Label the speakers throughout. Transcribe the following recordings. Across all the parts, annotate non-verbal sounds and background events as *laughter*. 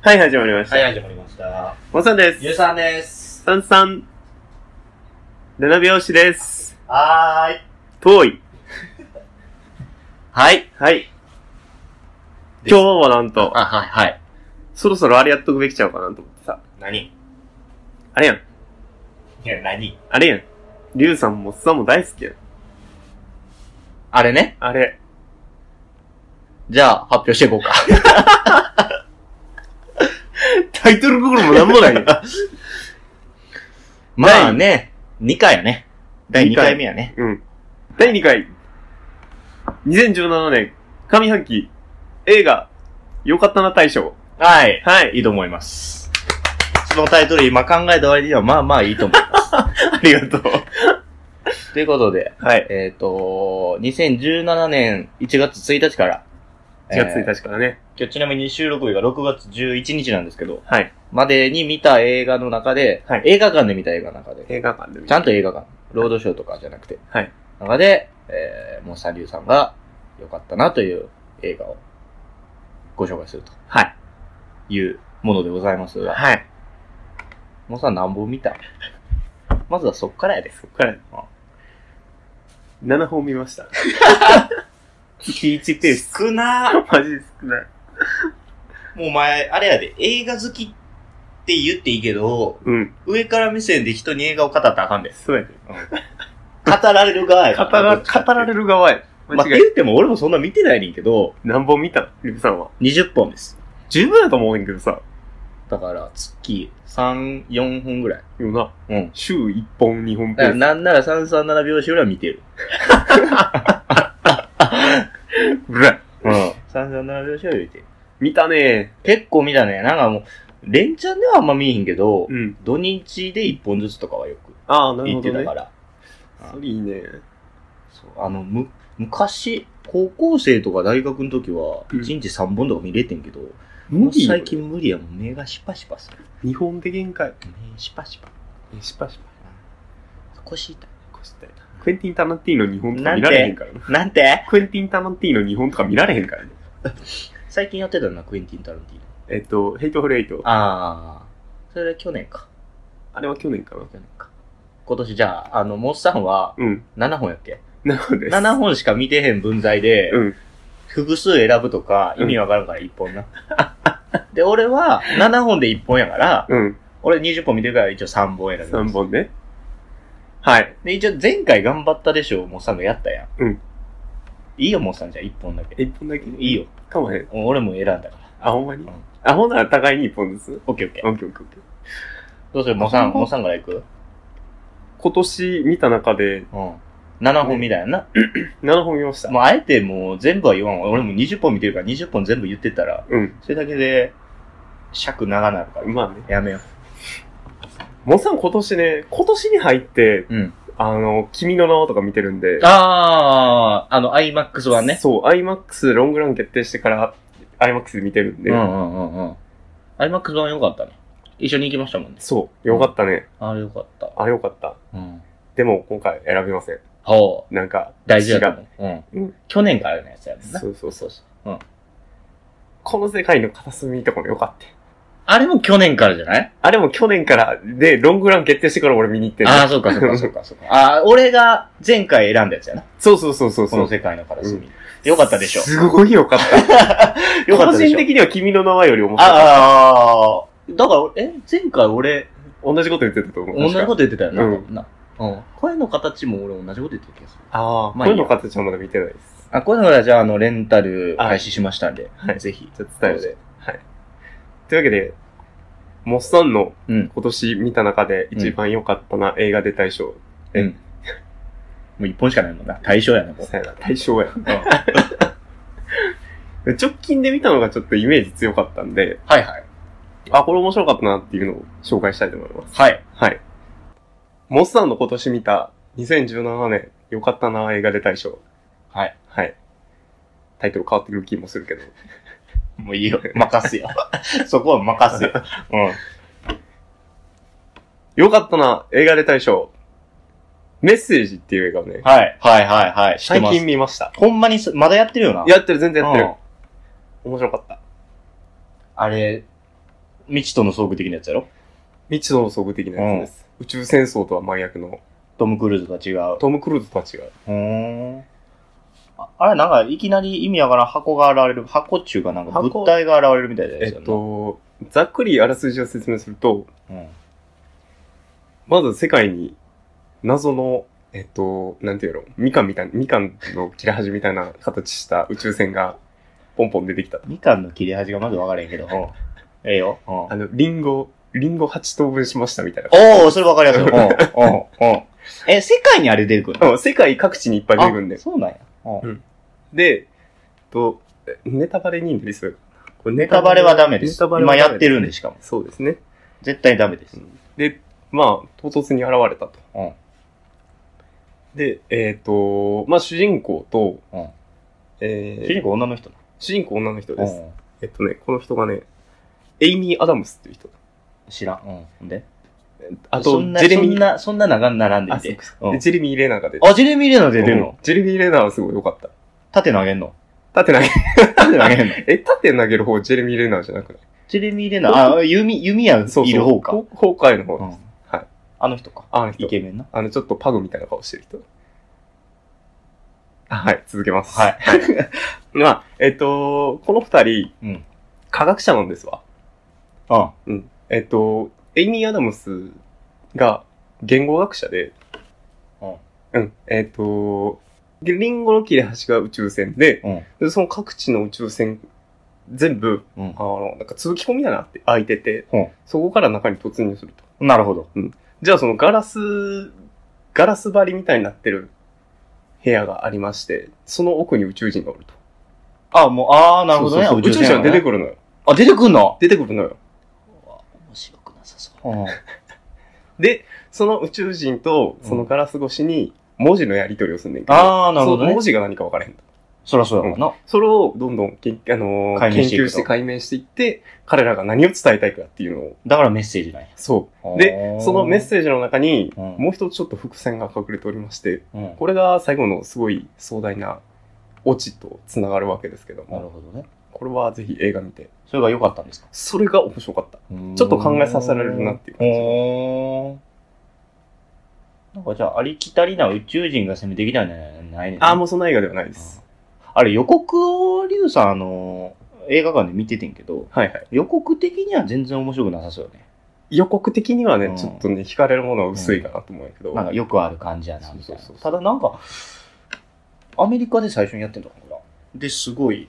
Speaker 1: はい、始まりました。
Speaker 2: はい、始まりました。
Speaker 1: もさんで
Speaker 2: ゆう
Speaker 1: す。
Speaker 2: さんです。
Speaker 1: さんさん。七拍子です。
Speaker 2: はーい。
Speaker 1: 遠い。
Speaker 3: はい。
Speaker 1: はい。
Speaker 3: です
Speaker 1: 今日はなんと、
Speaker 3: あ、はい、はい。
Speaker 1: そろそろあれやっとくべきちゃうかなと思ってさ。
Speaker 2: 何い
Speaker 1: あれやん。
Speaker 2: や、何
Speaker 1: あれやん。りゅうさんもおっさんも大好きやん。
Speaker 3: あれね。
Speaker 1: あれ。
Speaker 3: じゃあ、発表していこうか。
Speaker 1: タイトルコールもなんもないよ。
Speaker 3: *laughs* まあね、2回やね。第2回目やね。
Speaker 1: *laughs* うん。第2回。2017年、上半期、映画、よかったな大賞。
Speaker 3: はい。
Speaker 1: はいい。
Speaker 3: いと思います。そのタイトル今考えた割にはまあまあいいと思いま
Speaker 1: ありがとう。
Speaker 3: す。 *laughs* ということで、
Speaker 1: はい。
Speaker 3: えっ、と、2017年1月1日から、
Speaker 1: 4月
Speaker 3: えー
Speaker 1: 1日からね。
Speaker 3: 今日ちなみに収録日が6月11日なんですけど、
Speaker 1: はい。
Speaker 3: までに見た映画の中で、
Speaker 1: はい
Speaker 3: 映画館で見た映画の中で、
Speaker 1: 映画館で見
Speaker 3: ちゃんと映画館、ロードショーとかじゃなくて、
Speaker 1: はい
Speaker 3: 中で、えー、モンスターリュウさんが良かったなという映画をご紹介すると
Speaker 1: はい。
Speaker 3: いうものでございますが、
Speaker 1: はい。
Speaker 3: モンスター何本見たまずはそっからやで。
Speaker 1: そっから、7本見ました。 *laughs* 月1ペース。
Speaker 3: 少な
Speaker 1: マジで少ない。
Speaker 3: もうお前、あれやで、映画好きって言っていいけど、
Speaker 1: うん。
Speaker 3: 上から目線で人に映画を語ったらあかんで。
Speaker 1: そうやで。
Speaker 3: 語られる側や
Speaker 1: 語
Speaker 3: から
Speaker 1: ら、語られる側や。
Speaker 3: まあ、
Speaker 1: 間違
Speaker 3: 言
Speaker 1: い。
Speaker 3: っても俺もそんな見てないねんけど、
Speaker 1: 何本見たのリブさんは。
Speaker 3: 20本です。
Speaker 1: 十分だと思うんやけどさ。
Speaker 3: だから、月3、4本ぐらい。
Speaker 1: よな。
Speaker 3: うん。
Speaker 1: 週1本、2本ペ
Speaker 3: だから
Speaker 1: ース。
Speaker 3: なんなら337拍子よりは見てる。
Speaker 1: ぐらい。
Speaker 3: うん。337拍子よりは見てる。
Speaker 1: 見たね
Speaker 3: 結構見たね。なんかもう、連チャンではあんま見えへんけど、
Speaker 1: うん。
Speaker 3: 土日で1本ずつとかはよく
Speaker 1: ああ、なる
Speaker 3: 行
Speaker 1: ほ
Speaker 3: って
Speaker 1: ど
Speaker 3: た
Speaker 1: ね
Speaker 3: か。ら。
Speaker 1: それいいね。
Speaker 3: そうあの、む、昔、高校生とか大学の時は、
Speaker 1: うん
Speaker 3: 1日3本とか見れてんけど、も
Speaker 1: 無
Speaker 3: う
Speaker 1: 理
Speaker 3: 最近無理やもん。目がシパシパする。
Speaker 1: 日本で限界。
Speaker 3: 目シパシパ。
Speaker 1: え、しぱしぱ。
Speaker 3: 腰痛い。
Speaker 1: こしたいなクエンティン・タランティーノ日本とか見られへんからな。
Speaker 3: なんて
Speaker 1: *laughs* クエンティン・タランティーノ日本とか見られへんからね。
Speaker 3: 最近やってたな、クエンティン・タランティーノ。
Speaker 1: えっと、ヘイトフレイト。
Speaker 3: あー。それ去年か。
Speaker 1: あれは去年かな。
Speaker 3: 去年か。今年じゃあ、あの、モンスターは
Speaker 1: うん。
Speaker 3: 7本やっけ
Speaker 1: なのです。
Speaker 3: ?7 本しか見てへん分際で、
Speaker 1: うん。
Speaker 3: 複数選ぶとか意味わからんから1本な。 *laughs* で、俺は7本で1本やから、
Speaker 1: うん。
Speaker 3: 俺20本見てるから一応3本選ぶ。
Speaker 1: 3。本ね。はい。
Speaker 3: で、一応前回頑張ったでしょ、モンスターがやったやん。
Speaker 1: うん。
Speaker 3: いいよ、モンスターじゃあ1本だけ。
Speaker 1: 1本だけ
Speaker 3: いいよ。
Speaker 1: かまへん。
Speaker 3: 俺も選んだから。
Speaker 1: あ、ほんまに、
Speaker 3: うん
Speaker 1: あ、ほんなら互いに1本ずつ
Speaker 3: オッケーオッケー。
Speaker 1: オッケーオッケーオッケー。
Speaker 3: どうするモンさ
Speaker 1: あ
Speaker 3: ん、モンさんから行く
Speaker 1: 今年見た中で
Speaker 3: うん。7本みたいな。
Speaker 1: 7本見ました。
Speaker 3: もうあえてもう全部は言わんわ。俺も20本見てるから20本全部言ってたら、
Speaker 1: うん。
Speaker 3: それだけで、尺長なるから。
Speaker 1: まあね。
Speaker 3: やめよ
Speaker 1: もさん今年ね、今年に入って、
Speaker 3: う。うん。
Speaker 1: あの、君の名はとか見てるんで。
Speaker 3: ああ、あの、IMAX 版ね。
Speaker 1: そう、IMAX ロングラン決定してから、IMAX で見てるんで。
Speaker 3: うんうんうんうん。IMAX 版良かったね。一緒に行きましたもんね。
Speaker 1: そう、よかったね。
Speaker 3: あれ良かった。
Speaker 1: あれよかった。
Speaker 3: うん。
Speaker 1: でも今回選びません。
Speaker 3: ほう。
Speaker 1: なんか、
Speaker 3: 大事だと思う。う。
Speaker 1: 違うん
Speaker 3: 去年からのやつやもんな。
Speaker 1: そうそうそう。
Speaker 3: う。ん。
Speaker 1: この世界の片隅とかもよかった。
Speaker 3: あれも去年からじゃない
Speaker 1: あれも去年から、で、ロングラン決定してから俺見に行ってんの
Speaker 3: ああ、そうかそうか *laughs* そうかそうか。ああ、俺が前回選んだやつやな。
Speaker 1: そうそうそうそう
Speaker 3: こ
Speaker 1: そ
Speaker 3: の
Speaker 1: う。
Speaker 3: 世界の片隅。良かったでしょ。
Speaker 1: すごいよかった。
Speaker 3: *laughs* 良かっ
Speaker 1: 個
Speaker 3: たでし
Speaker 1: 人
Speaker 3: ょ。
Speaker 1: 的には君の名はより面白い。
Speaker 3: ああ、だから、え、前回俺、
Speaker 1: 同じこと言ってたと思う。
Speaker 3: 同じこと言ってたよな。
Speaker 1: う
Speaker 3: なうん、声の形も俺同じこと言ってた気がする。
Speaker 1: ああ、
Speaker 3: まあいい
Speaker 1: 声
Speaker 3: や
Speaker 1: の形はまだ見てないです。
Speaker 3: あ、声の形はじゃあ、あの、レンタル開始しましたんで、
Speaker 1: はい
Speaker 3: ぜひ。
Speaker 1: じゃあ伝えるで。はい。というわけで、モッサンの
Speaker 3: うん。
Speaker 1: 今年見た中で一番良かったな、映画で大賞。
Speaker 3: うん。もう一本しかないもんな。対象やな、もう。
Speaker 1: さやな、大賞
Speaker 3: *laughs*
Speaker 1: や。直近 *laughs* で見たのがちょっとイメージ強かったんで、
Speaker 3: はいはい。
Speaker 1: あ、これ面白かったなっていうのを紹介したいと思います。
Speaker 3: はい。
Speaker 1: はい。モスさんの今年見た2017年良かったな映画で大賞。
Speaker 3: はい。
Speaker 1: はい。タイトル変わってくる気もするけど。
Speaker 3: もういいよ。任すよ。 *laughs* そこは任すよ。うん。
Speaker 1: 良かったな映画で大賞。メッセージっていう映画をね、
Speaker 3: はい。はいはいはい。知っ
Speaker 1: 最
Speaker 3: てます
Speaker 1: 近。見ました。
Speaker 3: ほんまにす、まだやってるよな。
Speaker 1: やってる、全然やって
Speaker 3: うん
Speaker 1: る。面白かった。
Speaker 3: あれ、未知との遭遇的なやつやろ
Speaker 1: 未知との遭遇的なやつです。宇宙戦争とは真逆の、
Speaker 3: トム・クルーズとは違う。
Speaker 1: トム・クルーズたちが。
Speaker 3: うーん。ああれ、なんか、いきなり意味わからん箱が現れる。箱っちゅうかなんか
Speaker 1: 箱
Speaker 3: 物体が現れるみたい
Speaker 1: え
Speaker 3: ですよ
Speaker 1: っ
Speaker 3: ね。
Speaker 1: と、ざっくりあらすじを説明すると、
Speaker 3: うん。
Speaker 1: まず世界に謎の、えっと、なんていうの、みかんみたいな、みかんの切れ端みたいな形した宇宙船がポンポン出てきた。
Speaker 3: みかんの切れ端がまずわからへ *laughs* んけど。うんええよ。うん
Speaker 1: あの、リンゴ、リンゴ8等分しましたみたいな。
Speaker 3: おおそれわかりやすい。うん。うん。うん。 *laughs* え、世界にあれ出てくるの
Speaker 1: うん世界各地にいっぱい出てくるんで
Speaker 3: あ。そうなんや。うん
Speaker 1: で、えっと、えネタバレになりそう。これ
Speaker 3: ネタバレはダメで
Speaker 1: ネ
Speaker 3: す。
Speaker 1: タバレは
Speaker 3: 今
Speaker 1: ダメ
Speaker 3: やってるんで、しかも。
Speaker 1: そうですね。
Speaker 3: 絶対ダメです。
Speaker 1: で、まあ、唐突に現れたと。
Speaker 3: うん
Speaker 1: で、えっ、と、まあ、主人公と、
Speaker 3: うん
Speaker 1: えー
Speaker 3: 主人公女の人な
Speaker 1: 主人公女の人
Speaker 3: の
Speaker 1: です、えっとね、この人がね、エイミー・アダムスっていう人。
Speaker 3: 知らん。うんほんで
Speaker 1: あ
Speaker 3: そ
Speaker 1: と、
Speaker 3: んな、
Speaker 1: ジェレ
Speaker 3: そん
Speaker 1: ミー、
Speaker 3: な、そんな長並ん
Speaker 1: あ
Speaker 3: で
Speaker 1: そう
Speaker 3: て
Speaker 1: か。
Speaker 3: うん
Speaker 1: ジェレミー・レナーが出て
Speaker 3: あ、ジェレミー・レナー出てん
Speaker 1: うん
Speaker 3: の
Speaker 1: ジェレミー・レナーはすごい良かった。
Speaker 3: 縦投げんの
Speaker 1: 縦投げ、
Speaker 3: 縦投げんの
Speaker 1: *laughs* え、縦投げる方、ジェレミー・レナーじゃなくない
Speaker 3: ジェレミー・レナー、あ、弓、弓矢
Speaker 1: そうそう。
Speaker 3: いる方か。
Speaker 1: ほ崩壊の方。
Speaker 3: うん
Speaker 1: はい。
Speaker 3: あの人か。
Speaker 1: あの人
Speaker 3: イ。ケメンな。
Speaker 1: あの、ちょっとパグみたいな顔してる人。あはい、 *laughs* 続けます。
Speaker 3: はい。
Speaker 1: まあ、えっと、この二人、
Speaker 3: うん
Speaker 1: 科学者なんですわ。
Speaker 3: うん。
Speaker 1: うん。えっと、エイミー・アダムスが言語学者で、
Speaker 3: うん。
Speaker 1: うん。えっと、でリンゴの切れ端が宇宙船で、
Speaker 3: うん
Speaker 1: でその各地の宇宙船、全部、
Speaker 3: うん
Speaker 1: あの、なんか通気口みたいなのあって開いてて、
Speaker 3: うん
Speaker 1: そこから中に突入すると。
Speaker 3: なるほど。
Speaker 1: じゃあそのガラス、ガラス張りみたいになってる部屋がありまして、その奥に宇宙人がおると。
Speaker 3: あ、もう、あー、なるほどね。
Speaker 1: そうそうそう宇宙人が出てくるのよ。
Speaker 3: あ、出てくんの
Speaker 1: 出てくるのよ。
Speaker 3: 面白くなさそう。うん。
Speaker 1: で、その宇宙人とそのガラス越しに文字のやり取りをすんねんけど、
Speaker 3: あー、なるほど
Speaker 1: その
Speaker 3: ね
Speaker 1: 文。字が何か分からへんと。
Speaker 3: そらそうやわな。
Speaker 1: それをどんどんけん、あのー
Speaker 3: 解明してい
Speaker 1: 研
Speaker 3: く
Speaker 1: 究
Speaker 3: と
Speaker 1: して解明していって、彼らが何を伝えたいかっていうのを。
Speaker 3: だからメッセージなんや。
Speaker 1: そ
Speaker 3: あ
Speaker 1: う。
Speaker 3: ー
Speaker 1: で、そのメッセージの中に、
Speaker 3: うん
Speaker 1: もう一つちょっと伏線が隠れておりまして、
Speaker 3: うん
Speaker 1: これが最後のすごい壮大なオチと繋がるわけですけど
Speaker 3: なる
Speaker 1: も、
Speaker 3: ほどね。
Speaker 1: これはぜひ映画見て。
Speaker 3: それが良かったんですか
Speaker 1: それが面白かった。
Speaker 3: ち
Speaker 1: ちょっと考えさせられるなっていう感じ
Speaker 3: なんかじゃあ、ありきたりな宇宙人が攻めてきたんじゃないね。
Speaker 1: ああ、もうそんな映画ではないです。
Speaker 3: あれ予告を、リュウさん、あの、映画館で見ててんけど、
Speaker 1: はいはい。
Speaker 3: 予告的には全然面白くなさそうよね。
Speaker 1: 予告的にはね、
Speaker 3: うん
Speaker 1: ちょっとね、惹かれるものは薄いかなと思うんやけど、
Speaker 3: なんかよくある感じやな、みたいな
Speaker 1: そうそうそう。
Speaker 3: ただなんか、アメリカで最初にやってんのかなで、すごい、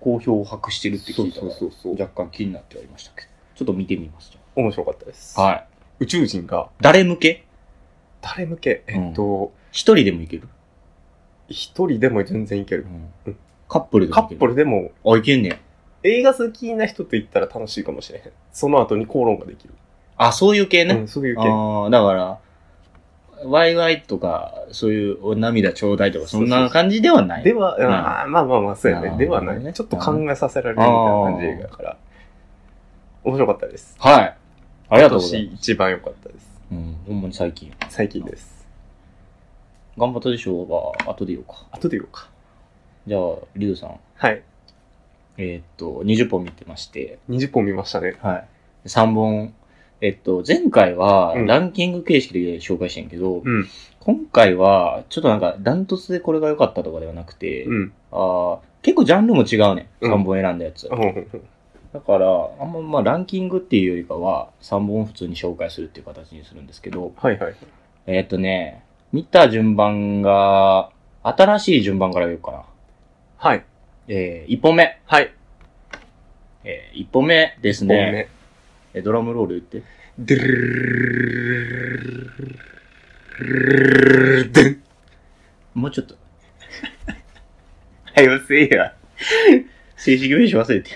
Speaker 3: 好評を博してるって
Speaker 1: そ
Speaker 3: 聞
Speaker 1: う
Speaker 3: い
Speaker 1: そ
Speaker 3: たか
Speaker 1: う
Speaker 3: ら、
Speaker 1: そうそう。
Speaker 3: 若干気になっておりましたけど、ちょっと見てみます、じ
Speaker 1: 面白かったです。
Speaker 3: ゃあはい。
Speaker 1: 宇宙人が、
Speaker 3: 誰向け
Speaker 1: 誰向け、えっと、
Speaker 3: 一人でもいける、
Speaker 1: 一、人でも全然いける。うん
Speaker 3: カップルでも
Speaker 1: カ
Speaker 3: いけ
Speaker 1: ッ
Speaker 3: る
Speaker 1: プルでも、
Speaker 3: あ、いけんねや。
Speaker 1: 映画好きな人と言ったら楽しいかもしれへん。その後に口論ができる。
Speaker 3: あ、そういう系
Speaker 1: う
Speaker 3: ね。
Speaker 1: ん、そういう
Speaker 3: あ
Speaker 1: 系。
Speaker 3: あーだから、ワイワイとか、そういうお涙ちょうだいとか、そん
Speaker 1: そうそう
Speaker 3: な
Speaker 1: そう
Speaker 3: 感じではない。
Speaker 1: では、あーまあまあまあ、そうや
Speaker 3: なる
Speaker 1: ね。
Speaker 3: ほど
Speaker 1: で
Speaker 3: ね
Speaker 1: はない。ちょっと考えさせられるみたいな感じ映画だから。面白かったです。
Speaker 3: はい。ありがとうござい
Speaker 1: 今年
Speaker 3: ま
Speaker 1: 一番良かったです。
Speaker 3: す。うん、ほんまに最近。
Speaker 1: 最近です。
Speaker 3: 頑張ったでしょうが、後で言おうか。
Speaker 1: 後で言おうか。
Speaker 3: じゃあ、リュウさん、
Speaker 1: はい。
Speaker 3: えーっと、20本見てまして、
Speaker 1: 20本見ましたね。
Speaker 3: はい。3本、えっと、前回は
Speaker 1: うん
Speaker 3: ランキング形式で紹介してんけど、
Speaker 1: うん
Speaker 3: 今回は、ちょっとなんか、ダントツでこれが良かったとかではなくて、
Speaker 1: うん。
Speaker 3: あー結構ジャンルも違うね。
Speaker 1: うん
Speaker 3: 3本選んだやつ。だから、あんままあランキングっていうよりかは、3本普通に紹介するっていう形にするんですけど、
Speaker 1: はいはい。
Speaker 3: えーっ、とね、見た順番が、新しい順番から言おうかな。
Speaker 1: はい。
Speaker 3: えー、1本目。
Speaker 1: はい。
Speaker 3: えー、1本目です
Speaker 1: 1
Speaker 3: ね。
Speaker 1: 本目。
Speaker 3: え、ドラムロール言って。
Speaker 1: でるでん。
Speaker 3: もうちょっと。
Speaker 1: はよせえや。
Speaker 3: 正式名称忘れて。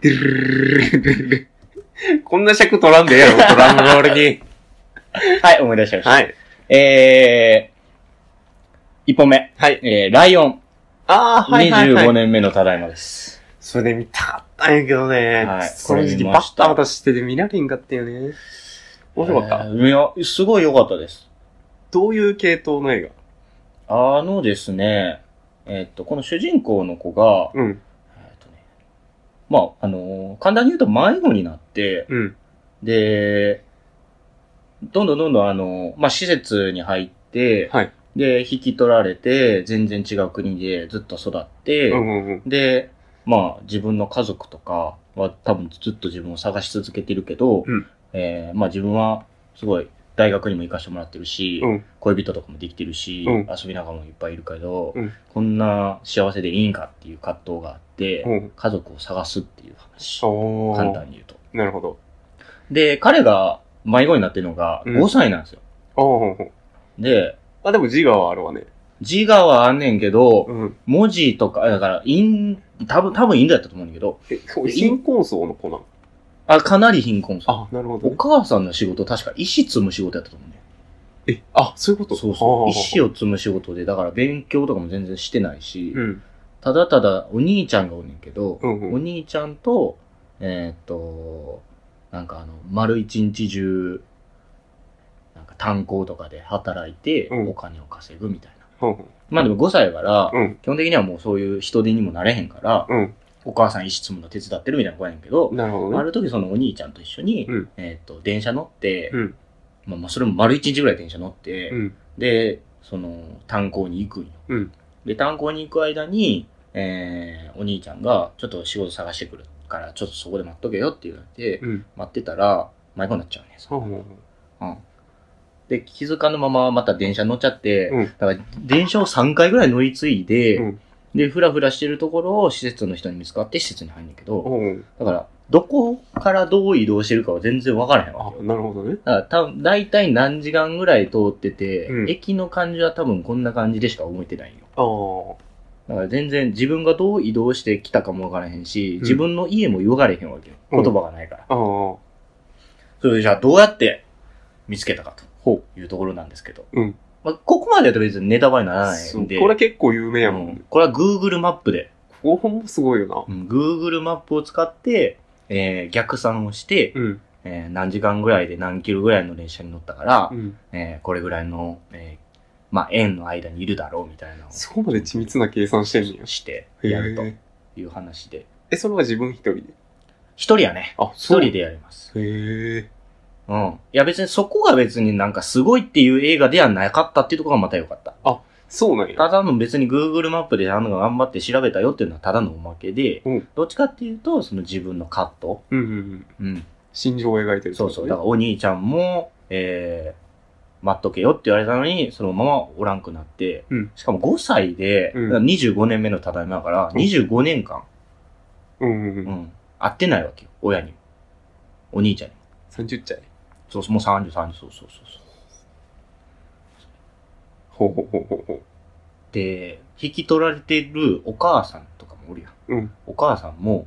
Speaker 1: でるるこんな尺取らんでええやろ、ドラムロールに。
Speaker 3: *laughs* はい、思い出しました。
Speaker 1: はい。
Speaker 3: えー、1本目。
Speaker 1: はい。
Speaker 3: えー、ライオン。
Speaker 1: ああ、はいはい、はい。
Speaker 3: 25年目のただいまです。
Speaker 1: それで見たかったんやけどね。
Speaker 3: はい
Speaker 1: 正
Speaker 3: これ
Speaker 1: 直
Speaker 3: 見
Speaker 1: バ
Speaker 3: まし
Speaker 1: ッ
Speaker 3: た
Speaker 1: タバタしてて見られんかったよね。面白かった。
Speaker 3: えーいや、すごい良かったです。
Speaker 1: どういう系統の映
Speaker 3: あのですね、えーっと、この主人公の子が、
Speaker 1: 画うん。
Speaker 3: えーっとね、まあ、あのー簡単に言うと迷子になって、
Speaker 1: うん。
Speaker 3: で、どんどんどんどんあのーまあ、施設に入って、
Speaker 1: はい
Speaker 3: で、引き取られて、全然違う国でずっと育って、
Speaker 1: うんうんうん。
Speaker 3: で、まあ自分の家族とかは多分ずっと自分を探し続けてるけど、
Speaker 1: うん
Speaker 3: えーまあ自分はすごい大学にも行かしてもらってるし、
Speaker 1: うん
Speaker 3: 恋人とかもできてるし、
Speaker 1: うん
Speaker 3: 遊び仲間もいっぱいいるけど、
Speaker 1: うん
Speaker 3: こんな幸せでいいんかっていう葛藤があって、
Speaker 1: うん。
Speaker 3: 家族を探すっていう話。
Speaker 1: お
Speaker 3: 簡
Speaker 1: ー。
Speaker 3: 単に言うと。
Speaker 1: なるほど。
Speaker 3: で、彼が迷子になってるのが
Speaker 1: うん
Speaker 3: 5歳なんですよ。
Speaker 1: おー。
Speaker 3: で、
Speaker 1: あ、でも自我はあるわね。
Speaker 3: 自我はあんねんけど、
Speaker 1: うん。
Speaker 3: 文字とか、だから、イン、多分、多分インドやったと思うんだけど、
Speaker 1: え、貧困層の子なの
Speaker 3: あ、かなり貧困層。
Speaker 1: あ、なるほど
Speaker 3: お
Speaker 1: ね。
Speaker 3: 母さんの仕事、確か石積む仕事やったと思うんだよ。
Speaker 1: え、あ、そういうこと
Speaker 3: そうそう。石
Speaker 1: を。
Speaker 3: を積む仕事で、だから勉強とかも全然してないし、
Speaker 1: うん。
Speaker 3: ただただお兄ちゃんがおんねんけど、
Speaker 1: うんうん
Speaker 3: お兄ちゃんと、えーっと、なんかあの、丸一日中、なんか炭鉱とかで働いて
Speaker 1: う、ん
Speaker 3: お金を稼ぐみたいな。
Speaker 1: うんうん
Speaker 3: まあでも5歳やから、
Speaker 1: うん
Speaker 3: 基本的にはもうそういう人手にもなれへんから、
Speaker 1: うん
Speaker 3: お母さん石積むの手伝ってるみたいな子やねんけど、
Speaker 1: なるほど
Speaker 3: あ
Speaker 1: ね。
Speaker 3: る時そのお兄ちゃんと一緒に、
Speaker 1: うん
Speaker 3: えっ、と、電車乗って、
Speaker 1: うん
Speaker 3: まあまあそれも丸一日ぐらい電車乗って、
Speaker 1: うん。
Speaker 3: で、その、炭鉱に行くんよ。
Speaker 1: うん
Speaker 3: で、炭鉱に行く間に、えー、お兄ちゃんが、ちょっと仕事探してくるから、ちょっとそこで待っとけよって言われて、
Speaker 1: うん。
Speaker 3: 待ってたら、迷子になっちゃうね。
Speaker 1: うんうん
Speaker 3: うん。で、気づかぬまままた電車乗っちゃって、
Speaker 1: うん
Speaker 3: だから電車を3回ぐらい乗り継いで、
Speaker 1: うん
Speaker 3: で、ふらふらしてるところを施設の人に見つかって施設に入るんだけど、
Speaker 1: うんうん。
Speaker 3: だから、どこからどう移動してるかは全然わからへんわ
Speaker 1: あ
Speaker 3: け、よ。
Speaker 1: なるほどね。
Speaker 3: だから多分、だいたい何時間ぐらい通ってて、
Speaker 1: うん
Speaker 3: 駅の感じは多分こんな感じでしか覚えてないよ。
Speaker 1: ああ。
Speaker 3: だから全然自分がどう移動してきたかもわからへんし、
Speaker 1: ん
Speaker 3: 自分の家も言われへんわけよ。
Speaker 1: うん
Speaker 3: 言葉がないから。
Speaker 1: ああ。
Speaker 3: それでじゃあどうやって見つけたかというところなんですけど。
Speaker 1: うん
Speaker 3: まあ、ここまでだと別にネタバレにならない
Speaker 1: そうん
Speaker 3: で。
Speaker 1: これ結構有名やも。
Speaker 3: うんんこれは Google マップで、
Speaker 1: ここもすごいよ
Speaker 3: うん Google マップを使って、えー逆算をして、
Speaker 1: な。うん。
Speaker 3: えー何時間ぐらいで何キロぐらいの電車に乗ったから、
Speaker 1: うん。
Speaker 3: えーこれぐらいの、えーまあ、円の間にいるだろうみたいなのを
Speaker 1: そこまで緻密な計算してんねや。
Speaker 3: して
Speaker 1: へえ
Speaker 3: やるという話で。
Speaker 1: え、それは自分一人で
Speaker 3: 一人はね、
Speaker 1: あ、
Speaker 3: 一
Speaker 1: そう
Speaker 3: 人でやります。
Speaker 1: へえ。
Speaker 3: うん。いや別にそこが別になんかすごいっていう映画ではなかったっていうところがまた良かった。
Speaker 1: そうなんや。
Speaker 3: ただの別に Google マップであの頑張って調べたよっていうのはただのおまけで、
Speaker 1: うん
Speaker 3: どっちかっていうとその自分の葛藤。
Speaker 1: うんうんうん。
Speaker 3: うん。
Speaker 1: 心情を描いてるって
Speaker 3: そ
Speaker 1: こ
Speaker 3: う
Speaker 1: と
Speaker 3: そう。
Speaker 1: ね
Speaker 3: だからお兄ちゃんも、えー、待っとけよって言われたのに、そのままおらんくなって、
Speaker 1: うん
Speaker 3: しかも5歳で、
Speaker 1: うん
Speaker 3: だから25年目のただいまだから、
Speaker 1: うん
Speaker 3: 25年間、
Speaker 1: うんうん
Speaker 3: う
Speaker 1: うん。
Speaker 3: ん、会ってないわけよ。親にも。お兄ちゃんにも。
Speaker 1: 30歳。
Speaker 3: そうそう、もう30、30、そうそうそうそう。
Speaker 1: ほうほうほうほうほ
Speaker 3: で、引き取られてるお母さんとかもおるやん。
Speaker 1: う。うん。
Speaker 3: お母さんも、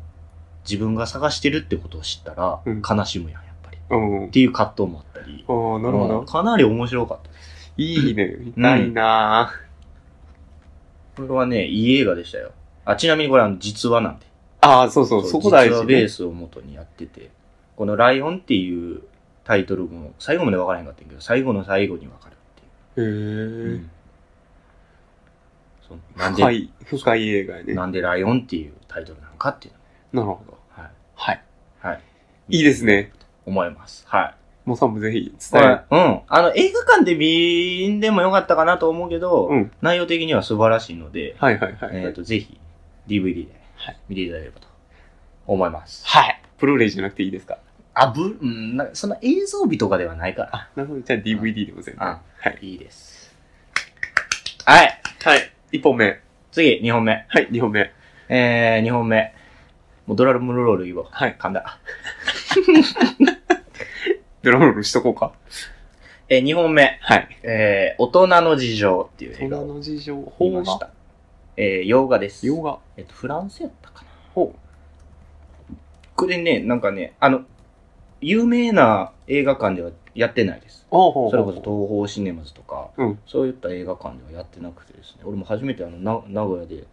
Speaker 3: 自分が探してるってことを知ったら、
Speaker 1: うん
Speaker 3: 悲しむやん、やっぱり。っ
Speaker 1: うんうん。
Speaker 3: ていう葛藤もあったり。
Speaker 1: ああ、なるほ
Speaker 3: うん
Speaker 1: ど。
Speaker 3: かなり面白かった。
Speaker 1: いいね。ないなぁ。
Speaker 3: これはね、いい映画でしたよ。あ、ちなみにこれは実話なんで。
Speaker 1: ああ、そうそう、そこ大
Speaker 3: 実
Speaker 1: 事
Speaker 3: 話ベ
Speaker 1: ね
Speaker 3: ー。スを元にやってて、このライオンっていうタイトルも、最後まで分からへんかったんやけど、最後の最後に分かるってい
Speaker 1: へ
Speaker 3: う。う
Speaker 1: え。
Speaker 3: んそうなんで、
Speaker 1: 深い、深い映画やね。な
Speaker 3: なんでライオンっていうタイトルなのかっていうの
Speaker 1: るほど。
Speaker 3: はい。
Speaker 1: はい。
Speaker 3: はい。
Speaker 1: いいですね。
Speaker 3: 思います。はい。
Speaker 1: もうさんもぜひ
Speaker 3: こ
Speaker 1: 伝える。
Speaker 3: れうん。あの、映画館で見んでもよかったかなと思うけど、
Speaker 1: うん
Speaker 3: 内容的には素晴らしいので、
Speaker 1: はいはいはい。
Speaker 3: えっ、と、ぜひ、DVD で
Speaker 1: はい
Speaker 3: 見ていただければと思います。
Speaker 1: はい。プルーレイじゃなくていいですか
Speaker 3: あぶ、うん、なんかその映像美とかではないから。
Speaker 1: なるほど。じゃあ DVD でも全部。
Speaker 3: あ
Speaker 1: はい。
Speaker 3: いいです。はい。
Speaker 1: はい。1本目。
Speaker 3: 次、2本目。
Speaker 1: はい、2本目。
Speaker 3: えー、2本目。もうドラムロール言おう。
Speaker 1: はい
Speaker 3: 噛んだ。
Speaker 1: ドラムロールしとこうか。
Speaker 3: えー、2本目。
Speaker 1: はい。
Speaker 3: えー、大人の事情っていう
Speaker 1: 大
Speaker 3: 映画
Speaker 1: 人
Speaker 3: を
Speaker 1: の事情、法
Speaker 3: 見まし
Speaker 1: が。
Speaker 3: た。えー、洋画です。
Speaker 1: 洋画。
Speaker 3: えっと、フランスやったかな。
Speaker 1: ほ
Speaker 3: これね、なんかね、あの、有名な映画館ではやってないです。
Speaker 1: う。ああ、ほう。
Speaker 3: それこそ東宝シネマズとか、
Speaker 1: うん
Speaker 3: そういった映画館ではやってなくてですね、俺も初めてあのな名古屋で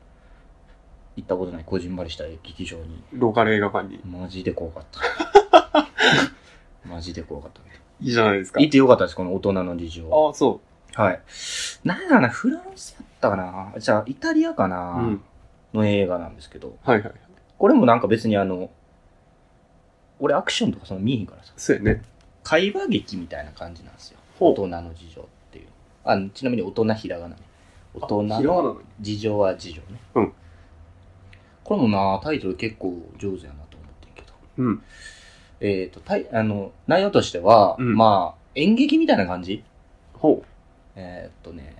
Speaker 3: 行ったことないこじんまりした劇場に、
Speaker 1: ローカル映画館に。
Speaker 3: マジで怖かった。 *laughs* マジで怖かったね。
Speaker 1: いいじゃないですか
Speaker 3: 行。ってよかったです、この大人の事情。
Speaker 1: ああ、そ
Speaker 3: はい。なんだな、フランスやったかなじゃあ、イタリアか
Speaker 1: う。
Speaker 3: な、
Speaker 1: うん。
Speaker 3: の映画なんですけど、
Speaker 1: はいはい。
Speaker 3: これもなんか別にあの、俺アクションとかその見えへんからさ、
Speaker 1: そうやね。
Speaker 3: 会話劇みたいな感じなんですよ。
Speaker 4: ほう
Speaker 3: 大人の事情っていう。あちなみに大人ひらがなね。大人
Speaker 1: あひらがな
Speaker 3: の
Speaker 1: の
Speaker 3: 事情は事情ね。
Speaker 1: うん
Speaker 3: これもな、タイトル結構上手やなと思ってんけど。
Speaker 1: うん。
Speaker 3: えっ、と、タイあの、内容としては、
Speaker 1: うん
Speaker 3: まあ、演劇みたいな感じ
Speaker 1: ほ
Speaker 3: えーっとね、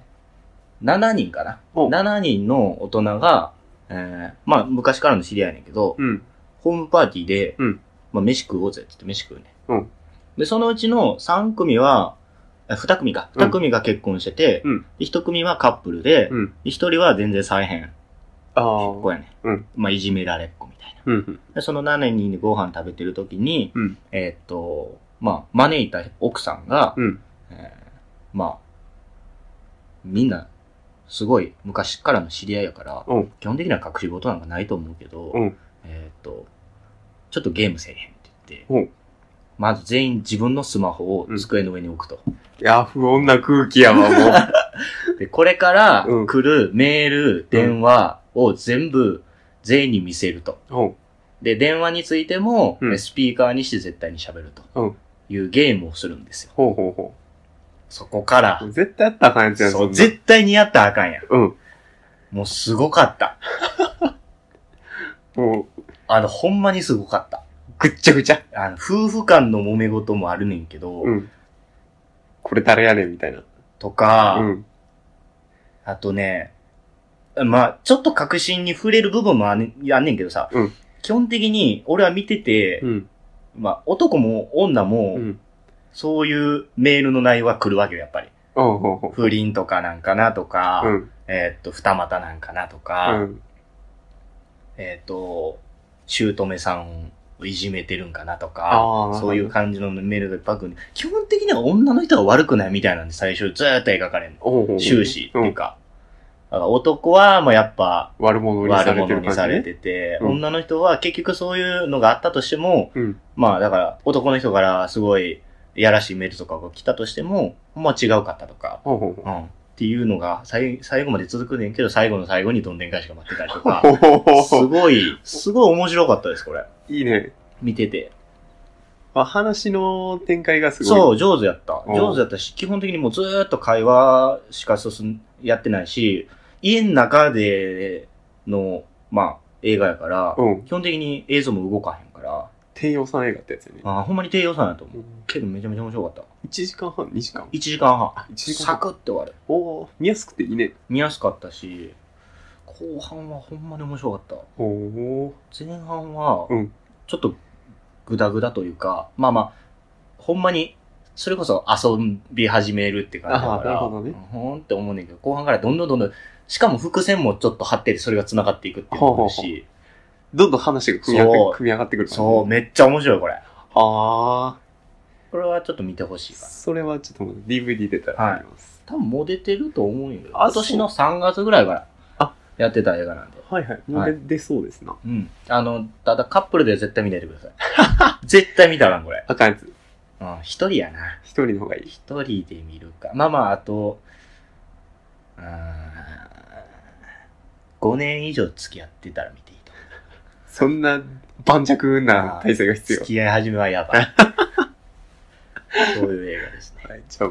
Speaker 3: 7人かな。
Speaker 1: お
Speaker 3: 7人の大人が、えーまあ昔からの知り合いやねんけど、
Speaker 1: う。うん。
Speaker 3: ホームパーティーで、
Speaker 1: うん
Speaker 3: まあ飯食おうぜって言って飯食うね。
Speaker 1: うん
Speaker 3: で、そのうちの3組は、2組か。
Speaker 1: うん
Speaker 3: 2組が結婚してて、
Speaker 1: うん
Speaker 3: で1組はカップルで、
Speaker 1: うん
Speaker 3: で1人は全然さえへん
Speaker 1: ああ。
Speaker 3: 子やね、
Speaker 1: うん
Speaker 3: まあいじめられっ子みたいな。
Speaker 1: うん。
Speaker 3: で、その7人でご飯食べてる時に、
Speaker 1: うん
Speaker 3: えーっと、まあ招いた奥さんが、
Speaker 1: うん。
Speaker 3: えーまあ、みんな、すごい昔からの知り合いやから、
Speaker 1: うん
Speaker 3: 基本的には隠し事なんかないと思うけど、
Speaker 1: うん
Speaker 3: えーっと、ちょっとゲームせえへんって
Speaker 1: う
Speaker 3: 言っ
Speaker 1: ん
Speaker 3: て、まず全員自分のスマホを机の上に置くと。
Speaker 1: いや、不穏な空気やわ、もう。
Speaker 3: で、これから
Speaker 1: うん
Speaker 3: 来るメール、電話を全部全員に見せると。
Speaker 1: *laughs* ほう。
Speaker 3: で、電話についても、
Speaker 1: うん
Speaker 3: スピーカーにして絶対に喋る
Speaker 1: う
Speaker 3: と
Speaker 1: ん
Speaker 3: いうゲームをするんですよ。
Speaker 1: ほうほうほ
Speaker 3: そこから
Speaker 1: う。、絶対あったらあかんやつやん、
Speaker 3: そ
Speaker 1: そん
Speaker 3: う、
Speaker 1: な
Speaker 3: 絶対にやったらあかんやん。
Speaker 1: うん。
Speaker 3: もうすごかった。
Speaker 1: もう、
Speaker 3: あの、ほんまにすごかった。
Speaker 1: ぐっちゃぐちゃ。
Speaker 3: あの、夫婦間の揉め事もあるねんけど、
Speaker 1: うん。これ誰やねん、みたいな。
Speaker 3: とか、
Speaker 1: うん。
Speaker 3: あとね、まあちょっと確信に触れる部分もあんねあんねんけどさ、
Speaker 1: うん
Speaker 3: 基本的に俺は見てて、
Speaker 1: うん。
Speaker 3: まあ男も女も、
Speaker 1: うん。
Speaker 3: そういうメールの内容は来るわけよ、やっぱり。
Speaker 1: ほうほうほ
Speaker 3: 不倫とかなんかなとか、
Speaker 1: う。うん。
Speaker 3: えーっと、二股なんかなと
Speaker 1: う
Speaker 3: か、
Speaker 1: ん。
Speaker 3: えーっと、姑さんをいじめてるんかなとか、
Speaker 1: ああ、
Speaker 3: そういう。感じのメールがバックに、基本的には女の人は悪くないみたいなんで最初ずーっと描かれる
Speaker 1: ほうほう。
Speaker 3: の。終始っていうか。だから男はもうやっぱ
Speaker 1: 悪者にされ
Speaker 3: 悪
Speaker 1: て
Speaker 3: 者
Speaker 1: る感
Speaker 3: に
Speaker 1: じ、ね。
Speaker 3: されてて、
Speaker 1: うん
Speaker 3: 女の人は結局そういうのがあったとしても、
Speaker 1: うん。
Speaker 3: まあだから男の人からすごいやらしいメールとかが来たとしても、ほんま違うかったとか、
Speaker 1: ほうほうほう
Speaker 3: う。ん。っていうのが最最後まで続くねんけど、最後の最後にどんでん返しが待ってたり
Speaker 1: *laughs*
Speaker 3: とか、
Speaker 1: ほうほう
Speaker 3: す
Speaker 1: ほう
Speaker 3: ごい、すごい面白かったです、これ。
Speaker 1: いいね。
Speaker 3: 見てて。
Speaker 1: まあ、話の展開がすごい。
Speaker 3: そう、上手やった。
Speaker 1: うん
Speaker 3: 上手やったし、基本的にもうずーっと会話しか進ん、やってないし、家の中での、まあ、映画やから、
Speaker 1: うん。
Speaker 3: 基本的に映像も動かへんから、
Speaker 1: 低予算映画ってやつやね。
Speaker 3: あーほんまに低予算やと思
Speaker 1: う
Speaker 3: う。
Speaker 1: ん
Speaker 3: けどめちゃめちゃ面白かった。
Speaker 1: 1時間半 ?2 時間
Speaker 3: 1時間半。
Speaker 1: ?1 時間
Speaker 3: サ
Speaker 1: 半。
Speaker 3: クって終わる。
Speaker 1: おおー見やすくていいね。
Speaker 3: 見やすかったし、後半はほんまに面白かった。
Speaker 1: ほう。
Speaker 3: 前半は
Speaker 1: うん、
Speaker 3: ちょっとグダグダというか、まあまあ、ほんまに、それこそ遊び始めるって感じだ
Speaker 1: あ
Speaker 3: か
Speaker 1: ーなる
Speaker 3: ら、
Speaker 1: ほどね
Speaker 3: ほーんって思うねんけど、後半からどんどんどんどん、しかも伏線もちょっと張ってて、それが繋がっていくっていうのもあるし、
Speaker 1: どんどん話が組み上
Speaker 3: そう
Speaker 1: が組み上がってくるからね
Speaker 3: そう、めっちゃ面白い、これ。
Speaker 1: あ
Speaker 3: これはちょっと見てほし
Speaker 1: あ。
Speaker 3: いかな。
Speaker 1: それはちょっとまだ DVD 出たらあります。
Speaker 3: 多分もう出てると思うんやけど、
Speaker 1: あ
Speaker 3: 今年の3月ぐらいから、
Speaker 1: あ
Speaker 3: やってた映画なんで。
Speaker 1: はいはい。もう
Speaker 3: は
Speaker 1: 出、
Speaker 3: い
Speaker 1: 出そうですな。
Speaker 3: うん。あの、ただカップルでは絶対見ないでください。 *laughs* 絶対見たらん、これ。
Speaker 1: あかんやつ。
Speaker 3: うん、一人やな。
Speaker 1: 一人の方がいい。
Speaker 3: 一人で見るか。まあまあ、あと、うーん、5年以上付き合ってたら見ていいと
Speaker 1: そんな盤石な体制が必
Speaker 3: 思
Speaker 1: 要
Speaker 3: う。付。き合い始めはや
Speaker 1: *laughs*
Speaker 3: ばい。そういう映画ですね。
Speaker 1: はい、じゃ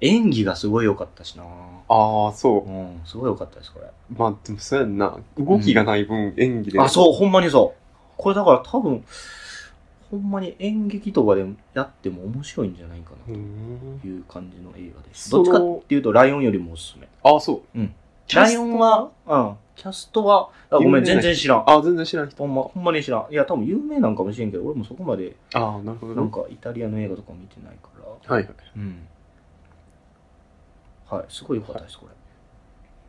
Speaker 3: 演技がすごい良かったしな
Speaker 1: あ、ああ、そう
Speaker 3: う。ん、すごい良かったです、これ。
Speaker 1: まあ、でもそうやんな。動きがない分、演技で。
Speaker 3: あ、そう、ほんまにそう。これだから多分、ほんまに演劇とかでやっても面白いんじゃないかな
Speaker 1: うーん
Speaker 3: という感じの映画です。
Speaker 1: そ
Speaker 3: どっ
Speaker 1: の
Speaker 3: ちかっていうと、ライオンよりもおすすめ。
Speaker 1: ああ、そう。
Speaker 3: うん
Speaker 1: キャ
Speaker 3: ラ
Speaker 1: ス
Speaker 3: イ
Speaker 1: ト。
Speaker 3: オンは、うん、キャストは、あごめん、
Speaker 1: 有名
Speaker 3: 全
Speaker 1: な人
Speaker 3: 然知らん。
Speaker 1: あ全然知らん人。
Speaker 3: ほんま、ほんまに知らん。いや、多分有名なんかもしれんけど、俺もそこまで、
Speaker 1: ああ、なるほ
Speaker 3: な
Speaker 1: ど
Speaker 3: ん
Speaker 1: ね。
Speaker 3: かイタリアの映画とか見てないから。
Speaker 1: はいはい。
Speaker 3: うん。はい、すごい良かったです、これ。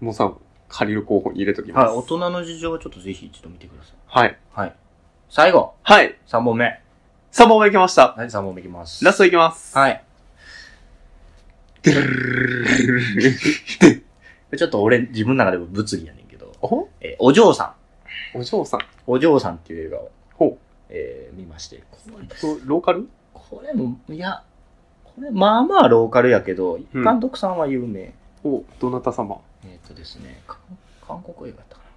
Speaker 1: もうさ、借りる候補に入れときます。
Speaker 3: はい、大人の事情はちょっとぜひ一度見てください。
Speaker 1: はい。
Speaker 3: はい。最後、
Speaker 1: はい。
Speaker 3: 3本目。はい、
Speaker 1: 3本目いきました。
Speaker 3: 3本目いきます。
Speaker 1: ラストいきます。 *laughs*
Speaker 3: *laughs* はい。
Speaker 1: ドゥルルルルルルル
Speaker 3: ちょっと俺、自分の中でも物議やねんけど、
Speaker 1: お
Speaker 3: えーお嬢さ
Speaker 1: お嬢さん。
Speaker 3: ん。お嬢さんっていう映画を、
Speaker 1: ほう。
Speaker 3: えー見まして。これ
Speaker 1: とローカル
Speaker 3: これも、いや、これ、まあまあローカルやけど、
Speaker 1: うん
Speaker 3: 監督さんは有名。
Speaker 1: お、どなた様
Speaker 3: えっ、とですね、韓韓国映画だったかな、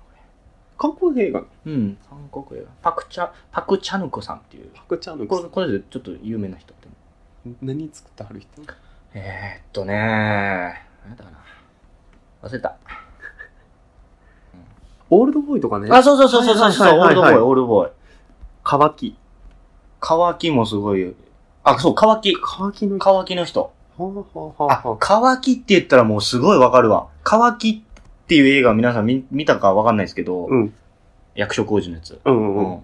Speaker 3: こ
Speaker 1: 韓国映画の
Speaker 3: うん、韓国映画。パクチャ、パクチャヌクさんっていう。
Speaker 1: パクチャーの
Speaker 3: これ、これでちょっと有名な人って。
Speaker 1: 何作ってはる人
Speaker 3: えー、っとねー、何だったかな。忘れた。
Speaker 1: オールドボーイとかね。
Speaker 3: あ、そうそうそうそうそうそう、
Speaker 1: はいはいはいはい
Speaker 3: オールドボーイ、オールドボーイ。
Speaker 1: 乾き。
Speaker 3: 乾きもすごい。あ、そう、乾き。
Speaker 1: 乾きの人。
Speaker 3: 乾きの人。
Speaker 1: はあはあはあ
Speaker 3: あ、乾きって言ったらもうすごいわかるわ。乾きっていう映画皆さん見見たかわかんないですけど、
Speaker 1: うん。
Speaker 3: 役所工事のやつ。
Speaker 1: うんうんうん。
Speaker 3: うん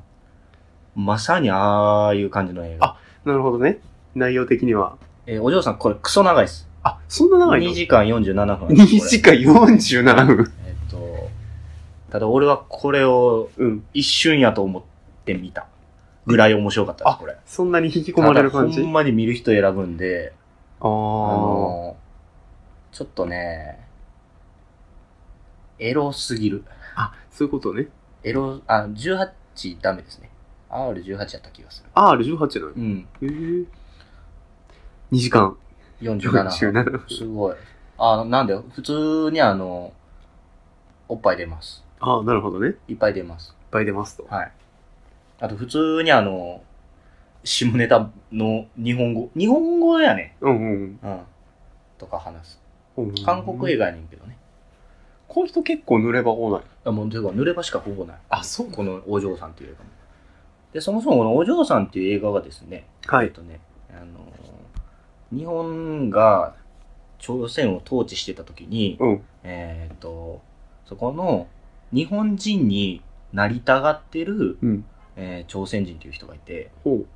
Speaker 3: まさにああいう感じの映画。
Speaker 1: あなるほどね。内容的には。
Speaker 3: えーお嬢さん、これクソ長いです。
Speaker 1: あ、そんな長いの
Speaker 3: 2時間47分ある。
Speaker 1: 2時間47分。
Speaker 3: 間。えーっと、ただ俺はこれを
Speaker 1: うん。
Speaker 3: 一瞬やと思って見た。ぐらい面白かったです、これ。
Speaker 1: そんなに引き込まれる感
Speaker 3: ただ
Speaker 1: じ
Speaker 3: ほんまに見る人選ぶんで、
Speaker 1: あ
Speaker 3: あ
Speaker 1: ー。
Speaker 3: のー、ちょっとね、エロすぎる。
Speaker 1: あ、そういうことね。
Speaker 3: エロ、あ、18ダメですね。R18 やった気がする。
Speaker 1: R18 なの
Speaker 3: うん、
Speaker 1: へー2時間 *laughs*
Speaker 3: 47。
Speaker 1: 47分。
Speaker 3: すごい。あ、なんで、普通にあの、おっぱい出ます。
Speaker 1: ああ、なるほどね。いっ
Speaker 3: いっぱい出ます。
Speaker 1: ぱい出ますと。
Speaker 3: はい。あと、普通にあの、下ネタの日本語。日本語やね。
Speaker 1: うんうん
Speaker 3: うん。とか話す。
Speaker 1: うん。
Speaker 3: 韓国映
Speaker 1: 画。
Speaker 3: 画やねんけどね。
Speaker 1: この人結構塗れば多ない。
Speaker 3: あもう、ていうか、濡れ場しかほぼない。
Speaker 1: あ、そう
Speaker 3: このお嬢さんっていう映画も。で、そもそもこのお嬢さんっていう映画がですね、
Speaker 1: は
Speaker 3: えっ
Speaker 1: い。
Speaker 3: とね、あのー日本が朝鮮を統治してた時に、
Speaker 1: うん
Speaker 3: えーっ、と、そこの日本人になりたがってる、
Speaker 1: うん
Speaker 3: えー朝鮮人っていう人がいて、
Speaker 1: ほう。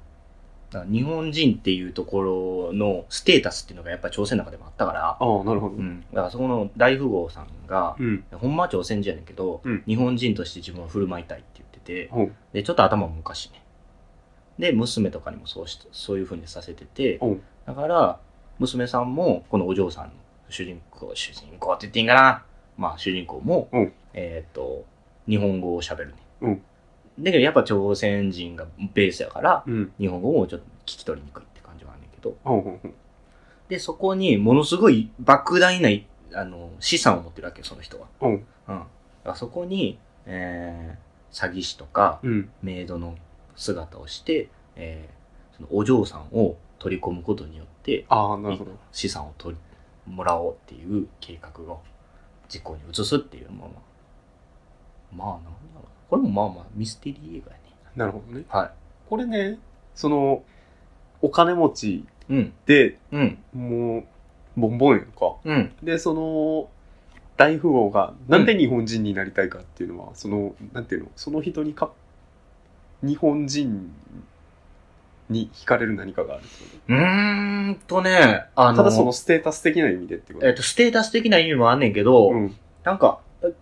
Speaker 3: だから日本人っていうところのステータスっていうのがやっぱり朝鮮の中でもあったから、
Speaker 1: ああ、なるほど
Speaker 3: う。ん、だからそこの大富豪さんが、
Speaker 1: うん。
Speaker 3: ほんまは朝鮮人やねんけど、
Speaker 1: うん
Speaker 3: 日本人として自分を振る舞いたいって言ってて、
Speaker 1: ほう。
Speaker 3: で、ちょっと頭もおかしいね。で、娘とかにもそうし、そういう風にさせてて
Speaker 1: うん、
Speaker 3: だから、娘さんも、このお嬢さんの主人公、主人公って言っていいんかなまあ、主人公も、
Speaker 1: うん
Speaker 3: えーっと、日本語を喋るね。
Speaker 1: うん
Speaker 3: だけど、やっぱ朝鮮人がベースやから、
Speaker 1: うん。
Speaker 3: 日本語もちょっと聞き取りにくいって感じはあんねんけど、
Speaker 1: ほうほうほう。
Speaker 3: で、そこに、ものすごい莫大な、あの、資産を持ってるわけよ、その人は。
Speaker 1: うん
Speaker 3: だからそこに、えー詐欺師とか、
Speaker 1: うん。
Speaker 3: メイドの姿をして、えーそのお嬢さんを取り込むことによって
Speaker 1: ああ、なるほど。
Speaker 3: 資産を取りもらおうっていう計画を実行に移すっていうまあまあまあなんだろうこれもまあまあミステリー映画やね
Speaker 1: なるほどね。
Speaker 3: は
Speaker 1: これね、その、お金持ち
Speaker 3: いうん
Speaker 1: で、
Speaker 3: うん
Speaker 1: もう、ボンボンやんか。
Speaker 3: うん
Speaker 1: で、その、大富豪が、なんで日本人になりたいかっていうのは、その、なんていうの、その人にか、日本人に惹かれる何かがあるってことね
Speaker 3: うーんとねあの
Speaker 1: ただそのステータス的な意味でってこと
Speaker 3: えっとステータス的な意味もあんねんけど、
Speaker 1: うん。
Speaker 3: なんかえ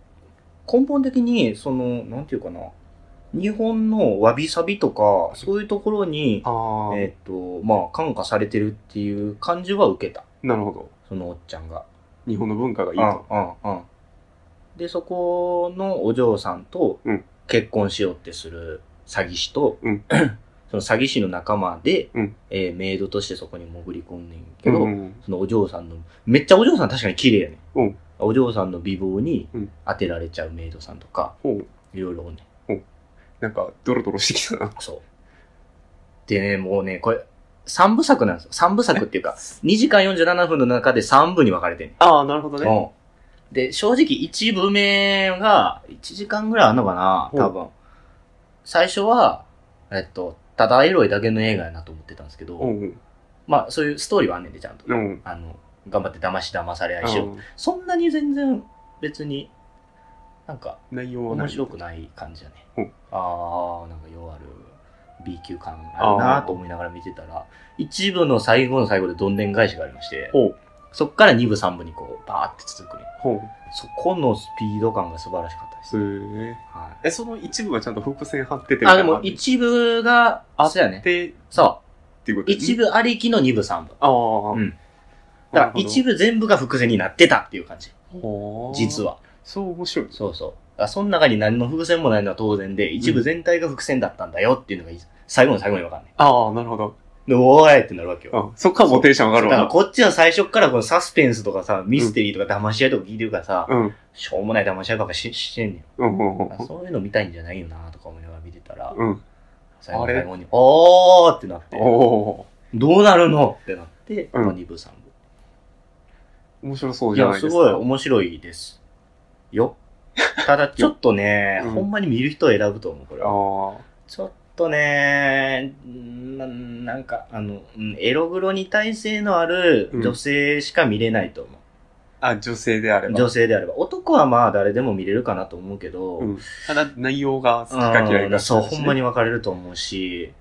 Speaker 3: 根本的にそのなんていうかな日本のわびさびとかそういうところに
Speaker 1: ああ、
Speaker 3: えっ、と、まあ、感化されてるっていう感じは受けた。
Speaker 1: なるほど。
Speaker 3: そのおっちゃんが。
Speaker 1: 日本の文化がいい
Speaker 3: うん、
Speaker 1: と。
Speaker 3: うん、うん。で、そこのお嬢さんと
Speaker 1: うん
Speaker 3: 結婚しようってする詐欺師と、
Speaker 1: うん
Speaker 3: *clears throat* その詐欺師の仲間で、
Speaker 1: うん
Speaker 3: えーメイドとしてそこに潜り込んねんけど、
Speaker 1: うん
Speaker 3: そのお嬢さんの、めっちゃお嬢さん確かに綺麗やね、
Speaker 1: うん
Speaker 3: お嬢さんの美貌に
Speaker 1: うん
Speaker 3: 当てられちゃうメイドさんとか、
Speaker 1: ほう。
Speaker 3: いろいろね、
Speaker 1: なんか、ドロドロしてきたな。
Speaker 3: そう。でね、もうね、これ、三部作なんですよ。三部作っていうか、2時間47分の中で3部に分かれてん
Speaker 1: ああ、なるほどね。
Speaker 3: の。うん。で、正直1部目が1時間ぐらいあんのかな
Speaker 1: ほう
Speaker 3: 多分。最初は、えっと、ただエロいだけの映画やなと思ってたんですけ
Speaker 1: う
Speaker 3: ど、
Speaker 1: んうん。
Speaker 3: まあそういうストーリーはあんねんで、ちゃんと。
Speaker 1: うん。
Speaker 3: あの、頑張って騙し騙され合いしよう。
Speaker 1: あー
Speaker 3: そんなに全然別に、なんか、
Speaker 1: 内容は
Speaker 3: 面
Speaker 1: ない。
Speaker 3: 白くない感じだ
Speaker 1: う
Speaker 3: ね
Speaker 1: ん。
Speaker 3: ああ、なんかようある B 級感あるなと思いながら見てたら、一部の最後の最後でどんでん返しがありまして、
Speaker 1: ほう。
Speaker 3: そっから二部三部にこう、バーって続くね。
Speaker 1: ほう。
Speaker 3: そこのスピード感が素晴らしかったです。
Speaker 1: へー
Speaker 3: は
Speaker 1: え、その一部はちゃんと伏線張ってて
Speaker 3: い、あ、でも一部が、
Speaker 1: あ
Speaker 3: そうやね。
Speaker 1: で、っ
Speaker 3: そ
Speaker 1: ていうこ
Speaker 3: う。
Speaker 1: と
Speaker 3: 一。部ありきの二部三部。
Speaker 1: ああ。
Speaker 3: うんだから一
Speaker 1: 部。
Speaker 3: 部全部が伏線になってたっていう感じ。
Speaker 1: ほう
Speaker 3: 実。は。
Speaker 1: そう面白い。
Speaker 3: そうそう。あその中に何の伏線もないのは当然で、一部全体が伏線だったんだよっていうのがいい最後の最後にわかんない。
Speaker 1: ああ、なるほど。
Speaker 3: で、おーいってなるわけよ。
Speaker 1: あ、そっからもうテンション上が
Speaker 3: だ
Speaker 1: る
Speaker 3: から
Speaker 1: わ
Speaker 3: こっちは最初からこのサスペンスとかさ、ミステリーとか騙し合いとか聞いてるからさ、
Speaker 1: な。うん。
Speaker 3: しょうもない騙し合いばっかししてんねん。
Speaker 1: うんうんうん
Speaker 3: あそういうの見たいんじゃないよなとか思いながら見てたら、
Speaker 1: うん。
Speaker 3: 最後
Speaker 1: あれ
Speaker 3: 最後に、おーってなって、
Speaker 1: お
Speaker 3: どうなるのってなって、
Speaker 1: うん
Speaker 3: まあ、2部3
Speaker 1: お面白そう
Speaker 3: 部。い
Speaker 1: じゃ
Speaker 3: や、
Speaker 1: ない
Speaker 3: す
Speaker 1: です
Speaker 3: ごい
Speaker 1: か。、
Speaker 3: 面白いです。よ。ただちょっとね
Speaker 1: うん
Speaker 3: ほんまに見る人を選ぶと思う、これは。
Speaker 1: あ
Speaker 3: ちょっとね、ななんか、あの、うんエロ黒に耐性のある女性しか見れないと思う。
Speaker 1: あ。あ、女性であれば。
Speaker 3: 女性であれば。男はまあ誰でも見れるかなと思うけど、
Speaker 1: うん。ただ内容が好きか嫌い
Speaker 3: うん
Speaker 1: か。
Speaker 3: そう、ほんまに。分かれると思うし、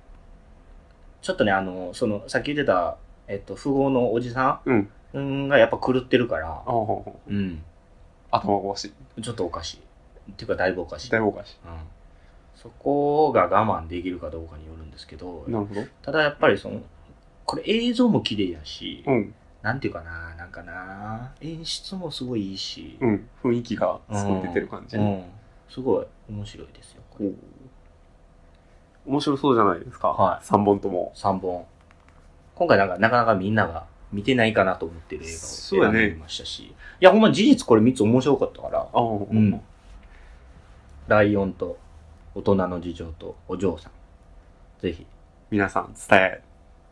Speaker 3: ちょっとね、あの、その、さっき言ってた、えっと、富豪のおじさ
Speaker 1: うん
Speaker 3: ん、うん、がやっぱ狂ってるから
Speaker 1: あ、あ。
Speaker 3: うん、
Speaker 1: 頭おかしい。
Speaker 3: ちょっとおかしい。っていうか、だいぶおかしい。
Speaker 1: だいぶおかし
Speaker 3: うん、そこが我慢できるかどうかによるんですけど
Speaker 1: い。、なるほど。
Speaker 3: ただやっぱりその、これ映像も綺麗やし、
Speaker 1: うん。
Speaker 3: なんていうかな、なんかな、演出もすごいいいし、
Speaker 1: うん。雰囲気がすごい出てる感じ。
Speaker 3: うんすごい面白いですよ、これ。
Speaker 1: 面白そうじゃないですか。
Speaker 3: は
Speaker 1: 3本とも。
Speaker 3: 3本。今回なんか、なかなかみんなが見てないかなと思ってる映画を
Speaker 1: そう
Speaker 3: 選
Speaker 1: や
Speaker 3: ん
Speaker 1: ね
Speaker 3: でみましたし。いや、ほんま事実これ3つ面白かったから。
Speaker 1: ああ。
Speaker 3: うん。ライオンと、大人の事情と、お嬢さん。ぜひ。
Speaker 1: 皆さん、伝え。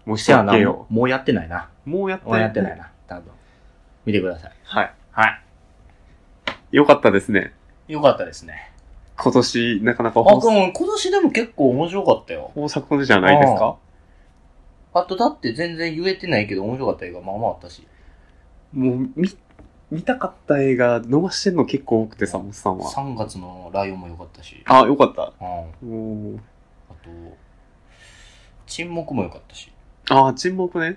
Speaker 1: もうし
Speaker 3: せ
Speaker 1: て
Speaker 3: や
Speaker 1: あ
Speaker 3: な、
Speaker 1: げ
Speaker 3: も
Speaker 1: よ
Speaker 3: うもうやってないな。
Speaker 1: う。もうやって
Speaker 3: もうやってない。な、多分。見てください。
Speaker 1: はい。
Speaker 3: は
Speaker 1: よかったですね。
Speaker 3: い。よかったですね。
Speaker 1: 今年、なかなか
Speaker 3: あ、
Speaker 1: 豊
Speaker 3: でも今年でも結構面白かったよ。
Speaker 1: 豊作じゃないですか
Speaker 3: あとだって全然言えてないけど面白かった映画まあまああったし。
Speaker 1: もう、見、見たかった映画、逃してんの結構多くてさ、モスさんは。
Speaker 3: 3月のライオンも良かったし。
Speaker 1: あ、よかった。
Speaker 3: うん。
Speaker 1: おー
Speaker 3: あと、沈黙も良かったし。
Speaker 1: あー、沈黙ね。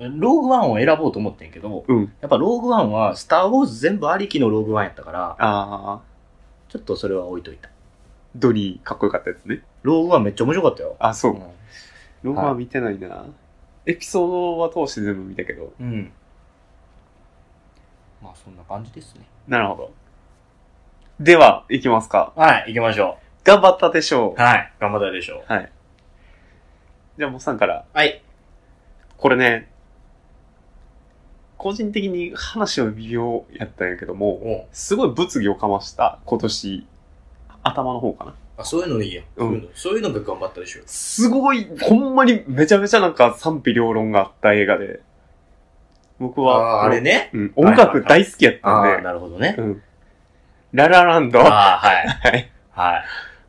Speaker 3: うん。ローグワンを選ぼうと思ってんけど、
Speaker 1: うん
Speaker 3: やっぱローグワンは、スター・ウォーズ全部ありきのローグワンやったから、
Speaker 1: あ
Speaker 3: ちょっとそれは置いといた。
Speaker 1: ー、ドニー、かっこよかったやつね。
Speaker 3: ローグワンめっちゃ面白かったよ。
Speaker 1: あ、そう。
Speaker 3: う
Speaker 1: ロマは見てないな、エピソードは通して全部見たけど。
Speaker 3: ん。うん。まあそんな感じですね。
Speaker 1: なるほど。では、行きますか。
Speaker 3: はい、行きましょ
Speaker 1: 頑張ったでしょ
Speaker 3: う。はい、頑張ったでしょう。
Speaker 1: う。はい。じゃあ、モッさんから。
Speaker 3: はい。
Speaker 1: これね、個人的に話は微妙やったんやけども、
Speaker 3: お
Speaker 1: すごい物議をかました、今年、頭の方かな。
Speaker 3: あ、そういうのいいよ。
Speaker 1: うん
Speaker 3: そういうの、そういうのが頑張ったでしょう。
Speaker 1: すごい、ほんまにめちゃめちゃなんか賛否両論があった映画で、僕は、
Speaker 3: あーあれね。
Speaker 1: うん、音楽大好きやったんで、
Speaker 3: ああ、なるほどね。
Speaker 1: うん。ララランド。
Speaker 3: ああ、はい。
Speaker 1: はい。
Speaker 3: はい。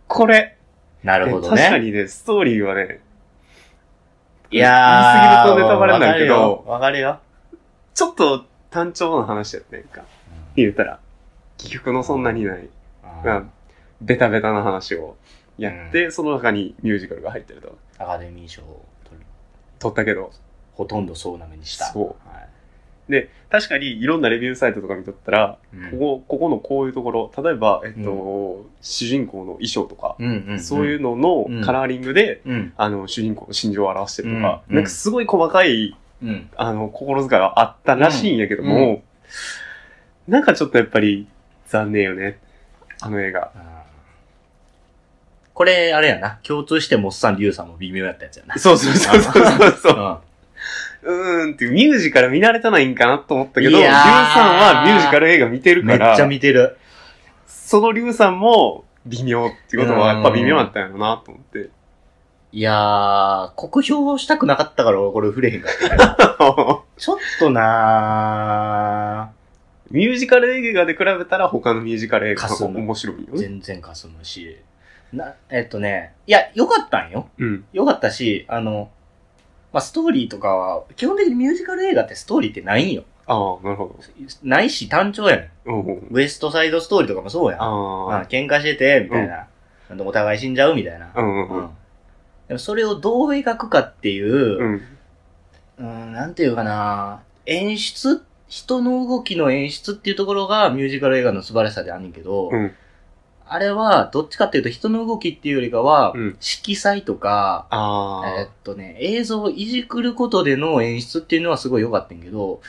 Speaker 1: これ、
Speaker 3: なるほど
Speaker 1: 確か
Speaker 3: ね。
Speaker 1: にね、ストーリーはね、
Speaker 3: い
Speaker 1: 言い過
Speaker 3: やー。
Speaker 1: ぎるとネタバレになるけど
Speaker 3: わかるよ。わか
Speaker 1: ちょっと単調な話やったやんか。
Speaker 3: るよ
Speaker 1: 言うたら、結局のそんなにない、
Speaker 3: うん
Speaker 1: まあベタベタな話をやって、その中にミュージカルが入ってると。
Speaker 3: アカデミー賞を取る
Speaker 1: 撮ったけど。
Speaker 3: ほとんどそうな目にした。
Speaker 1: そ
Speaker 3: は
Speaker 1: で、確かにいろんなレビューサイトとか見とったら、
Speaker 3: い。うん
Speaker 1: ここ、ここのこういうところ、例えば、えっと、主人公の衣装とか、
Speaker 3: うんうん、。
Speaker 1: そういううののカラーリングで、
Speaker 3: うん。
Speaker 1: あの、主人公の心情を表してるとか、
Speaker 3: うん
Speaker 1: なんかすごい細かい
Speaker 3: うん。
Speaker 1: あの、心遣いはあったらしいんやけども、
Speaker 3: うん
Speaker 1: なんかちょっとやっぱり残念よね。あの映画。
Speaker 3: あーこれ、あれやな。共通してモッサン、リュウさんも微妙やったやつやな。
Speaker 1: そうそうそうそうそうそう。
Speaker 3: あ
Speaker 1: うーんっていう、ミュージカル見慣れてないんかなと思ったけど、
Speaker 3: い
Speaker 1: リュウ
Speaker 3: やー
Speaker 1: さんはミュージカル映画見てる
Speaker 3: め
Speaker 1: か
Speaker 3: っ
Speaker 1: ら
Speaker 3: ちゃ、見てる。
Speaker 1: そのリュウさんも微妙っていうことはやっぱ微妙だったんやろなと思っ
Speaker 3: *laughs*
Speaker 1: て。
Speaker 3: いやー、酷評したくなかったから俺これ触れへんかったけど。ちょっとな
Speaker 1: ミュージカル映画で比べたら他のミュージカル映画の方
Speaker 3: *laughs* かす
Speaker 1: が
Speaker 3: む
Speaker 1: 面白いよ
Speaker 3: ー、
Speaker 1: ね。
Speaker 3: 全然かすむし。な、えっとね、いや、よかったんよ。
Speaker 1: うん。
Speaker 3: よかったし、あの、まあ、ストーリーとかは、基本的にミュージカル映画ってストーリーってないんよ。
Speaker 1: ああ、なるほ
Speaker 3: ないし単調やね
Speaker 1: ど。うん
Speaker 3: ん。。ウエストサイドストーリーとかもそうやん。ま
Speaker 1: あ
Speaker 3: あ、喧嘩してて、みたいな。でお互い死んじゃうみたいな
Speaker 1: あ。。うんうんう。
Speaker 3: うんんでもそれをどう描くかっていう、
Speaker 1: う
Speaker 3: うん、
Speaker 1: ん。
Speaker 3: なんていうかな、演出、人の動きの演出っていうところがミュージカル映画の素晴らしさであんねんけど、
Speaker 1: うん
Speaker 3: あれはどっちかっていうと人の動きっていうよりかは、
Speaker 1: うん
Speaker 3: 色彩とか、
Speaker 1: ああ。
Speaker 3: えーっとね、映像をいじくることでの演出っていうのはすごい良かったんやけど、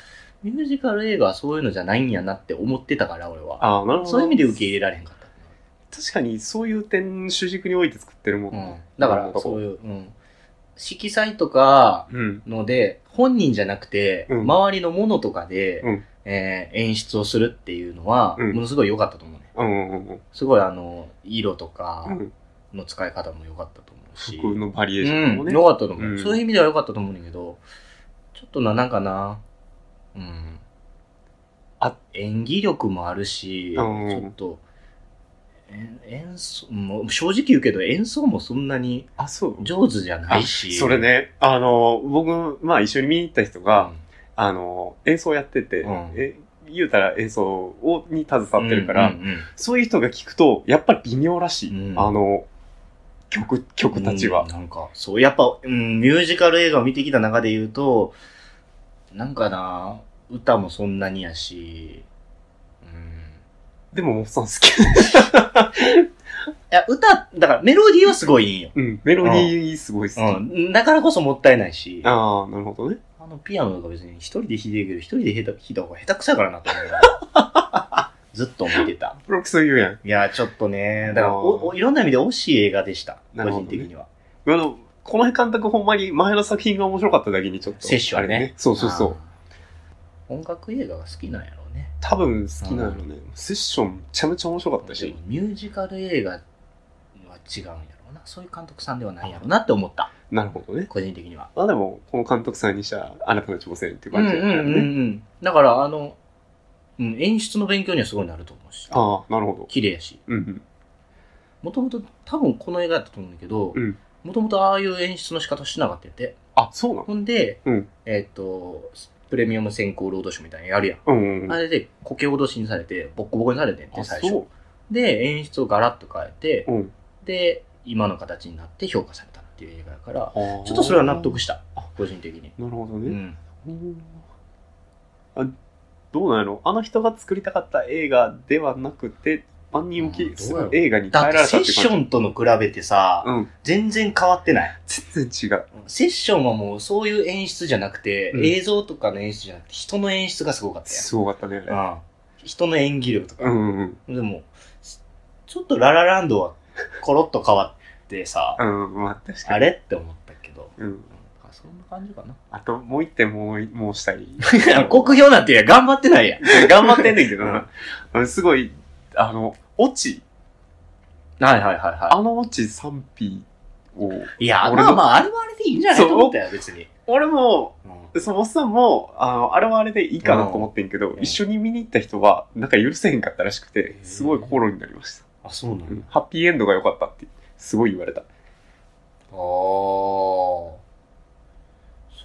Speaker 3: ミュージカル映画はそういうのじゃないんやなって思ってたから、俺は。
Speaker 1: ああ、なるほど。
Speaker 3: そういう意味で受け入れられへんかった。
Speaker 1: 確かにそういう点主軸において作ってるもん、
Speaker 3: うん。だから、そういう、うん。色彩とか
Speaker 1: うん。
Speaker 3: ので、本人じゃなくて、
Speaker 1: うん
Speaker 3: 周りのものとかで、
Speaker 1: うん
Speaker 3: えー演出をするっていうのは、
Speaker 1: うん
Speaker 3: ものすごい良かったと思うね。
Speaker 1: うんうんうん。
Speaker 3: すごいあの、色とか
Speaker 1: うん
Speaker 3: の使い方も良かったと思うし。
Speaker 1: 服のバリエーションも
Speaker 3: うん、
Speaker 1: ね。
Speaker 3: 良かったと思う、
Speaker 1: うん
Speaker 3: そういう意味では良かったと思うんだけど、ちょっとな、なんかな、うん。
Speaker 1: あ
Speaker 3: 演技力もあるし、ち
Speaker 1: うん
Speaker 3: ょっと、え演奏、もう正直言うけど演奏もそんなに
Speaker 1: あ、そう。
Speaker 3: 上手じゃないし。
Speaker 1: それね、あの、僕、まあ一緒に見に行った人
Speaker 3: うん。
Speaker 1: が、あの、演奏やってて、
Speaker 3: うん
Speaker 1: え言うたら演奏をに携わってるから、
Speaker 3: うんうん
Speaker 1: そういう人が聞くと、やっぱり微妙らしい。
Speaker 3: うん
Speaker 1: あの、曲、曲たち
Speaker 3: う
Speaker 1: は
Speaker 3: ん。なんか、そう、やっぱ、うん、ミュージカル映画を見てきた中で言うと、なんかな、歌もそんなにやし、うん。
Speaker 1: でも、もっさん好き。 *laughs*
Speaker 3: いや、歌、だからメロディーはすごいいいんよ。
Speaker 1: うん、メロディーすごい好き。
Speaker 3: うん。だからこそもったいないし、あ
Speaker 1: ああ、なるほどね。
Speaker 3: のピアノとか別に一人で弾いてるけど、一人で弾いた弾いた方が下手くそやからなと思う。ずっと思ってた。
Speaker 1: プロクソ言うやん。
Speaker 3: いや、ちょっとね、だからおおいろんな意味で惜しい映画でした。
Speaker 1: な
Speaker 3: 個
Speaker 1: るほど
Speaker 3: 人
Speaker 1: ね
Speaker 3: 的には。
Speaker 1: あの、この辺監督ほんまに前の作品が面白かっただけにちょっと。
Speaker 3: 摂取はね
Speaker 1: あれ。そうそうそう。
Speaker 3: あー。音楽映画が好きなんやろうね。
Speaker 1: 多分好きなのね。セッションめちゃめちゃ面白かった
Speaker 3: で
Speaker 1: し
Speaker 3: も。ミュージカル映画は違うんやろうな。そういう監督さんではないやろうなって思った。
Speaker 1: なるほどね。
Speaker 3: 個人的には。
Speaker 1: まあでも、この監督さんにしたら、あなたの挑戦っていう
Speaker 3: うん
Speaker 1: 感
Speaker 3: う
Speaker 1: じ
Speaker 3: ん
Speaker 1: だった
Speaker 3: う
Speaker 1: よ
Speaker 3: んう
Speaker 1: ね。
Speaker 3: ん。だから、あの、うん、演出の勉強にはすごいなると思うし。
Speaker 1: ああ、なるほど。
Speaker 3: 綺麗やし。
Speaker 1: うんうん。
Speaker 3: もともと多分この映画だったと思うんだけど
Speaker 1: うん、
Speaker 3: もともとああいう演出の仕方しなかったんやって。
Speaker 1: あ、そうなの
Speaker 3: ほんで、
Speaker 1: うん
Speaker 3: えっ、と、プレミアム先行労働賞みたいなのやるやん。
Speaker 1: うんうんう
Speaker 3: あ
Speaker 1: ん。
Speaker 3: れで、こけ脅しにされて、ボッコボコにされてんって、
Speaker 1: あ、
Speaker 3: 最
Speaker 1: そ
Speaker 3: 初。で、演出をガラッと変えて、
Speaker 1: う。うん。
Speaker 3: で、今の形になって評価されたっていう映画やから、
Speaker 1: ちょ
Speaker 3: ちょっとそれは納得
Speaker 1: し
Speaker 3: した。個人的に。
Speaker 1: なるほど
Speaker 3: う
Speaker 1: ね。
Speaker 3: ん。
Speaker 1: うんあどうなんやろあの人が作りたかった映画ではなくて、万人受
Speaker 3: うん
Speaker 1: けす
Speaker 3: どうや
Speaker 1: る
Speaker 3: ろ
Speaker 1: 映画に変え
Speaker 3: だっ
Speaker 1: られ
Speaker 3: て
Speaker 1: たって感
Speaker 3: セッ
Speaker 1: じ。
Speaker 3: ションとの比べてさ、
Speaker 1: うん。
Speaker 3: 全然変わってない。
Speaker 1: 全然違う。
Speaker 3: セッションはもうそういう演出じゃなくて、
Speaker 1: うん
Speaker 3: 映像とかの演出じゃなくて、人の演出がすごかったやん
Speaker 1: すごかったね、あれ。
Speaker 3: うん人の演技力とか。
Speaker 1: うんうん
Speaker 3: でも、ちょっとララランドはコロッと変わってさ、
Speaker 1: うん。うん、まあ確か
Speaker 3: あ
Speaker 1: に。
Speaker 3: れって思ったけど。
Speaker 1: うん。
Speaker 3: あそんな感じかな。
Speaker 1: あと、もう一点もう、もうしたい。
Speaker 3: *laughs* 酷評なんていや、頑張ってないやん。
Speaker 1: 頑張ってんねんけどな。うんすごい、あの、オチ、
Speaker 3: はいはいはいは
Speaker 1: あのオチ賛否を、
Speaker 3: い。いや、
Speaker 1: 俺
Speaker 3: まあ
Speaker 1: の
Speaker 3: まあ、あれはあれでいいんじゃないと思ったよ、別に。
Speaker 1: 俺も、
Speaker 3: うん
Speaker 1: そのおっさんも、あの、あれはあれでいいかなと思ってんけど、
Speaker 3: ん
Speaker 1: 一緒に見に行った人は、なんか許せへんかったらしくて、
Speaker 3: ー
Speaker 1: すごい心になりました。
Speaker 3: あ、そうなん
Speaker 1: う
Speaker 3: だ
Speaker 1: んハッピーエンドが良かったって、すごい言われた。
Speaker 3: ああ。そ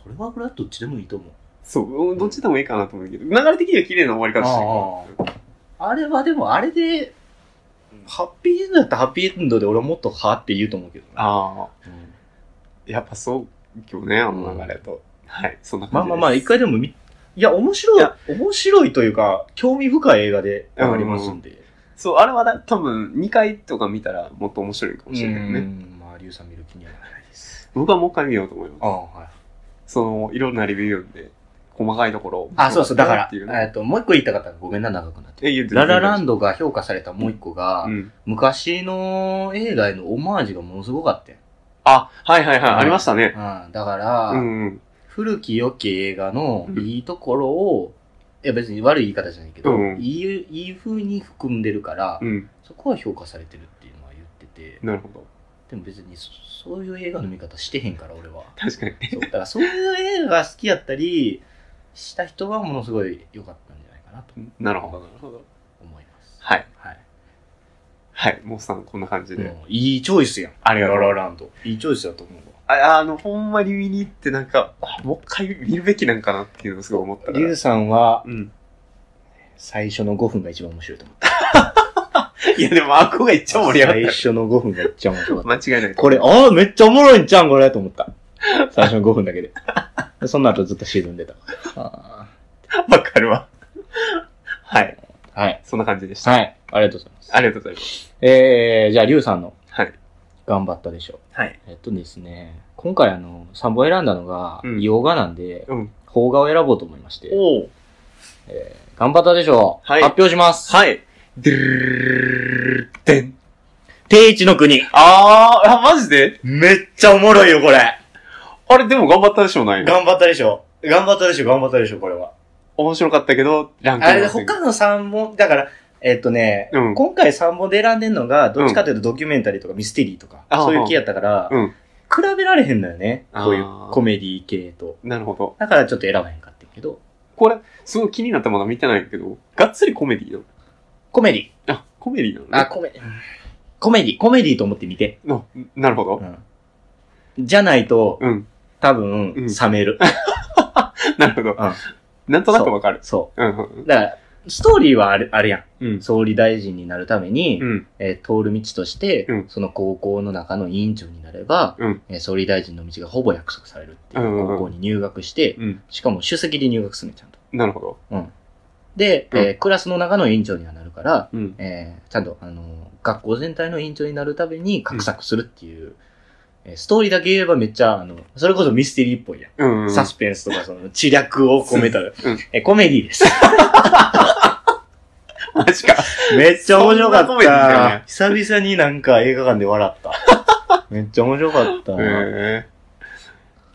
Speaker 3: れは俺はどっちでもいいと思う。
Speaker 1: そう、うんどっちでもいいかなと思うけど、流れ的には綺麗な終わり方してる
Speaker 3: あれはでも、あれで、ハッピーエンドだったらハッピーエンドで俺はもっとはって言うと思うけどね
Speaker 1: ああ、
Speaker 3: うん
Speaker 1: やっぱそう、今日ね、あの流れと。はい、そんな
Speaker 3: ま
Speaker 1: 感
Speaker 3: あ
Speaker 1: じ
Speaker 3: まあまあ、
Speaker 1: で
Speaker 3: 一
Speaker 1: す
Speaker 3: 回でも見、いや、面白い
Speaker 1: い
Speaker 3: や、面白いというか、興味深い映画でありますんで。
Speaker 1: そう、あれはだ多分、2回とか見たらもっと面白いかもしれないね。
Speaker 3: ん。まあ、リュウさん見る気にはならないです。
Speaker 1: 僕はもう一回見ようと思います。
Speaker 3: ああ、はい。
Speaker 1: その、いろんなレビュー読んで、細かいところ。
Speaker 3: あ、そうそう、だから、
Speaker 1: っていうね
Speaker 3: えっと、もう一個言いたかったらごめんな、長くなって。
Speaker 1: え、言って
Speaker 3: ラララン
Speaker 1: ド。
Speaker 3: ドが評価されたもう一個が
Speaker 1: う、ん。
Speaker 3: 昔の映画へのオマージュがものすごかったよ。
Speaker 1: あ、はいはいはい、
Speaker 3: うん
Speaker 1: ありましたね。
Speaker 3: うん。だか
Speaker 1: う
Speaker 3: ら、
Speaker 1: んうん。
Speaker 3: 古き良き映画の
Speaker 1: うん
Speaker 3: いいところを、いや別に悪い言い方じゃないけど
Speaker 1: うんう、ん
Speaker 3: いい、いい風に含んでるから
Speaker 1: う、ん。
Speaker 3: そこは評価されてるっていうのは言ってて、
Speaker 1: なるほど。
Speaker 3: でも別にそそういう映画の見方してへんから
Speaker 1: *laughs*
Speaker 3: 俺は。
Speaker 1: 確かに。
Speaker 3: そうだからそういう映画が好きやったりした人はものすごい良かったんじゃないかなと
Speaker 1: なるほど、なるほど。
Speaker 3: 思います。
Speaker 1: はい。
Speaker 3: はい。
Speaker 1: はい、モーさん、こんな感じで。
Speaker 3: もういいチョイスやん。
Speaker 1: あり
Speaker 3: ラ
Speaker 1: がとう
Speaker 3: ラランド。いいチョイスだと思うわ。
Speaker 1: ああの、ほんまに見に行ってなんか、あもう一回見るべきなんかなっていうのをすごい思ったか
Speaker 3: リュウ
Speaker 1: ら。
Speaker 3: さんは
Speaker 1: うん。 *laughs*
Speaker 3: 最初の5分が一番面白いと思った。
Speaker 1: いや、でも、あっこがいっちゃ盛り上がっ
Speaker 3: 最初の5分が一番面白かった
Speaker 1: た。。間違いない。
Speaker 3: これ、ああ、めっちゃおもろいんちゃうんこれと思った。最初の5分だけで。でその後ずっと沈んでた。あ
Speaker 1: わかるわ。はい。
Speaker 3: ーはい。
Speaker 1: そんな感じでした。
Speaker 3: はい。ありがとうございます。
Speaker 1: ありがとうございます。
Speaker 3: えー、じゃあ、リュウさんの
Speaker 1: はい。
Speaker 3: 頑張ったでしょう。
Speaker 1: はい。
Speaker 3: えっとですね、今回あの、3本選んだのが
Speaker 1: う、ん
Speaker 3: 洋画なんで、
Speaker 1: うん。
Speaker 3: 邦画を選ぼうと思いまして、
Speaker 1: おお。
Speaker 3: 頑張ったでしょう。
Speaker 1: はい
Speaker 3: 発表します。
Speaker 1: はい。でるーでん。
Speaker 3: 定一の国。
Speaker 1: あー、あ、マジで
Speaker 3: めっちゃおもろいよ、これ。
Speaker 1: あれでも頑張ったでしょうない
Speaker 3: 頑張ったでしょ。頑張ったでしょ、頑張ったでしょ、これは。
Speaker 1: 面白かったけど、ランク
Speaker 3: あれ、
Speaker 1: ません
Speaker 3: 他の3本、だから、えっとね、
Speaker 1: うん
Speaker 3: 今回3本で選んでんのが、どっちかというとドキュメンタリーとかミステリーとか、
Speaker 1: あ
Speaker 3: そういう系やったから、
Speaker 1: うん
Speaker 3: 比べられへんのよね。こういう
Speaker 1: あー
Speaker 3: コメディ系と。
Speaker 1: なるほど。
Speaker 3: だからちょっと選ばへんかったけど、
Speaker 1: これ、すごい気になってまだ見てないけど、がっつりコメディなの
Speaker 3: コメディ。
Speaker 1: あ、コメディなのね。
Speaker 3: あ、コメ、コメディ、コメディと思ってみて。
Speaker 1: のなるほど。
Speaker 3: うんじゃないと、
Speaker 1: うん。
Speaker 3: 多分、
Speaker 1: うん
Speaker 3: 冷
Speaker 1: *laughs*
Speaker 3: める。
Speaker 1: なるほど。なんとなくわかる。
Speaker 3: そ
Speaker 1: うん。
Speaker 3: う。だから、ストーリーはあれあれや
Speaker 1: うん
Speaker 3: ん。。総理大臣になるために、
Speaker 1: うん。
Speaker 3: えー通る道として、
Speaker 1: うん
Speaker 3: その高校の中の委員長になれば、
Speaker 1: うん
Speaker 3: えー総理大臣の道がほぼ約束されるっていう
Speaker 1: うんうんうん
Speaker 3: 高校に入学して、
Speaker 1: うん。
Speaker 3: しかも首席で入学するね、ちゃんと。
Speaker 1: なるほど。
Speaker 3: で、えー
Speaker 1: う
Speaker 3: クラスの中の委員長にはなるから、
Speaker 1: うん。
Speaker 3: えーちゃんと、あのー学校全体の委員長になるために画策するっていう、えーストーリーだけ言えばめっちゃ、あの、それこそミステリーっぽいやん。
Speaker 1: うんうん。
Speaker 3: サスペンスとか、その、知略を込めた、えーコメディです。
Speaker 1: マジか。
Speaker 3: めっちゃ面白
Speaker 1: そ
Speaker 3: か
Speaker 1: んなコメディだよ
Speaker 3: った。久々になんか映画館で
Speaker 1: *laughs*
Speaker 3: 笑った。めっちゃ面白かった。
Speaker 1: へえ。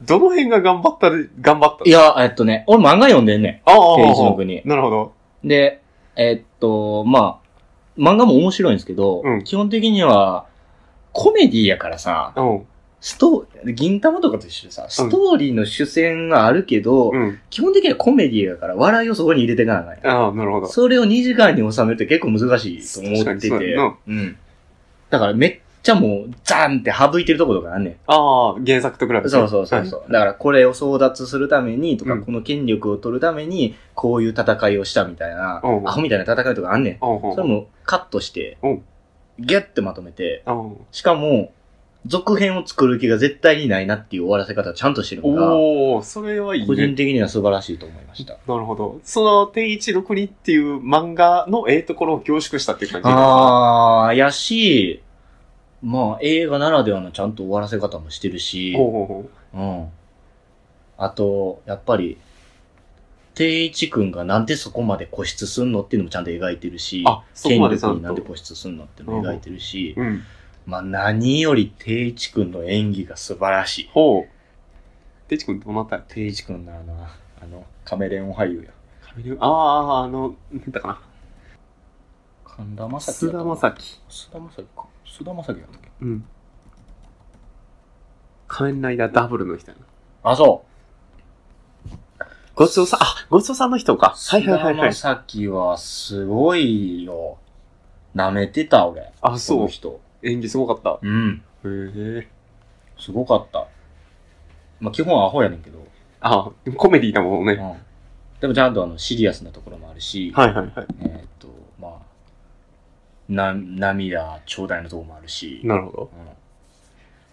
Speaker 1: どの辺が頑張ったで、頑張った
Speaker 3: いや、えっとね、俺漫画読んでんね
Speaker 1: ああ
Speaker 3: ん。
Speaker 1: あ
Speaker 3: ケイジの
Speaker 1: あ、
Speaker 3: 国。
Speaker 1: なるほど。
Speaker 3: で、えっと、まあ、漫画も面白いんですけど、
Speaker 1: うん
Speaker 3: 基本的には、コメディやからさ、
Speaker 1: うん。
Speaker 3: ストー、銀玉とかと一緒でさ、ストーリーの主戦があるけど、
Speaker 1: うん。
Speaker 3: 基本的にはコメディやから、笑いをそこに入れていかなあかんやん
Speaker 1: ああ、なるほど。
Speaker 3: それを2時間に収めるって結構難しいと思って
Speaker 1: 確かにそう
Speaker 3: て
Speaker 1: やな、
Speaker 3: うん。だからめっちゃもう、ザーンって省いてるところがあんねん。
Speaker 1: ああ、原作と比べて。
Speaker 3: そうそうそうそう。だからこれを争奪するためにとか、
Speaker 1: うん
Speaker 3: この権力を取るために、こういう戦いをしたみたいな、
Speaker 1: うん
Speaker 3: アホみたいな戦いとかあんねん。
Speaker 1: はい。うんうん
Speaker 3: それもカットして
Speaker 1: うん、
Speaker 3: ギュッてまとめて、
Speaker 1: うん
Speaker 3: しかも、続編を作る気が絶対にないなっていう終わらせ方をちゃんとしてるから、
Speaker 1: おおそれはいい
Speaker 3: 個人
Speaker 1: ね。
Speaker 3: 的には素晴らしいと思いました。
Speaker 1: なるほど。その、天一の国っていう漫画のええところを凝縮したっていう感じ。
Speaker 3: あー、やし、まあ映画ならではのちゃんと終わらせ方もしてるし、
Speaker 1: ほうほうほ
Speaker 3: うん。あと、やっぱり、定一くんがなんでそこまで固執すんのっていうのもちゃんと描いてるし、
Speaker 1: あそこまでちゃんと
Speaker 3: 権力になんで固執すんのっていうのも描いてるし、
Speaker 1: う。うん。
Speaker 3: まあ何より定一くんの演技が素晴らしい。
Speaker 1: ほう。天一君どうなったや
Speaker 3: 定一くんならな、あの、カメレオン俳優や。
Speaker 1: ああ、あの、なんだかな。
Speaker 3: 神田正輝
Speaker 1: 菅田
Speaker 3: やったかな。
Speaker 1: 正樹。
Speaker 3: 菅田正輝か。菅田正輝やったっけ
Speaker 1: うん。仮面ライダーダブルの人やな。
Speaker 3: あ、そう。
Speaker 1: ごちそうさん、あ、ごちそうさんの人か。はいはいはいはい。
Speaker 3: 菅田正輝はすごいよ。舐めてた俺。
Speaker 1: あ、
Speaker 3: こ
Speaker 1: そ
Speaker 3: の
Speaker 1: う。
Speaker 3: 人。
Speaker 1: 演技すごかった。
Speaker 3: うん。
Speaker 1: へえ。
Speaker 3: すごかった。まあ、基本はアホやねんけど。
Speaker 1: あ、コメディだもんね。
Speaker 3: でもちゃんとあのシリアスなところもあるし、
Speaker 1: はいはいは
Speaker 3: えーっと、まあ、な、涙頂戴のところもあるし
Speaker 1: い。、なるほど。
Speaker 3: うん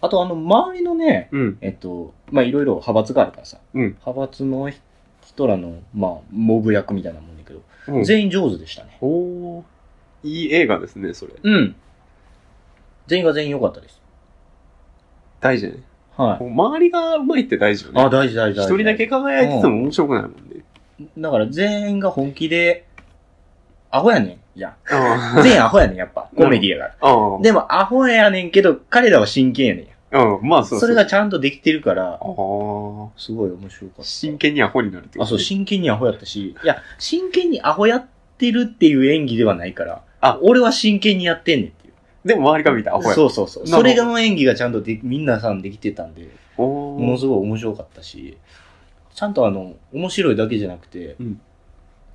Speaker 3: あとあの、周りのね、
Speaker 1: うん。
Speaker 3: えっと、まあ、いろいろ派閥があるからさ、
Speaker 1: うん
Speaker 3: 派閥の人らの、まあ、モブ役みたいなもんだけど、
Speaker 1: うん、
Speaker 3: 全員上手でしたね。
Speaker 1: おーいい映画ですね、それ。
Speaker 3: うん。全員が全員良かったです。
Speaker 1: 大事ね。
Speaker 3: はい。
Speaker 1: こう周りがうまいって大事よね。
Speaker 3: あ、大事大事大事。
Speaker 1: 一人だけ輝いてても面白くないもんね。
Speaker 3: だから全員が本気で、アホやねん。いや、
Speaker 1: あ
Speaker 3: 全員アホやねん、やっ
Speaker 1: *laughs*
Speaker 3: ぱ。コメディやから。
Speaker 1: あ。あ
Speaker 3: でも、アホやねんけど、彼らは真剣やねんや。
Speaker 1: あ。うん、まあそ
Speaker 3: そ
Speaker 1: う
Speaker 3: うれが、ちゃんとできてるか
Speaker 1: あ、
Speaker 3: ら
Speaker 1: あ。
Speaker 3: すごい面白かった。
Speaker 1: 真剣にアホになるってこと
Speaker 3: あ、そう、真剣にアホやったし、いや、真剣にアホやってるっていう演技ではないから、
Speaker 1: あ
Speaker 3: 俺は真剣にやってんねんっていう。
Speaker 1: でも周りが見たらアホや。
Speaker 3: そうそうそう。
Speaker 1: なるほど
Speaker 3: それがの演技がちゃんとで、みんなさんできてたんで、
Speaker 1: おー
Speaker 3: ものすごい面白かったし、ちゃんとあの、面白いだけじゃなくて、
Speaker 1: うん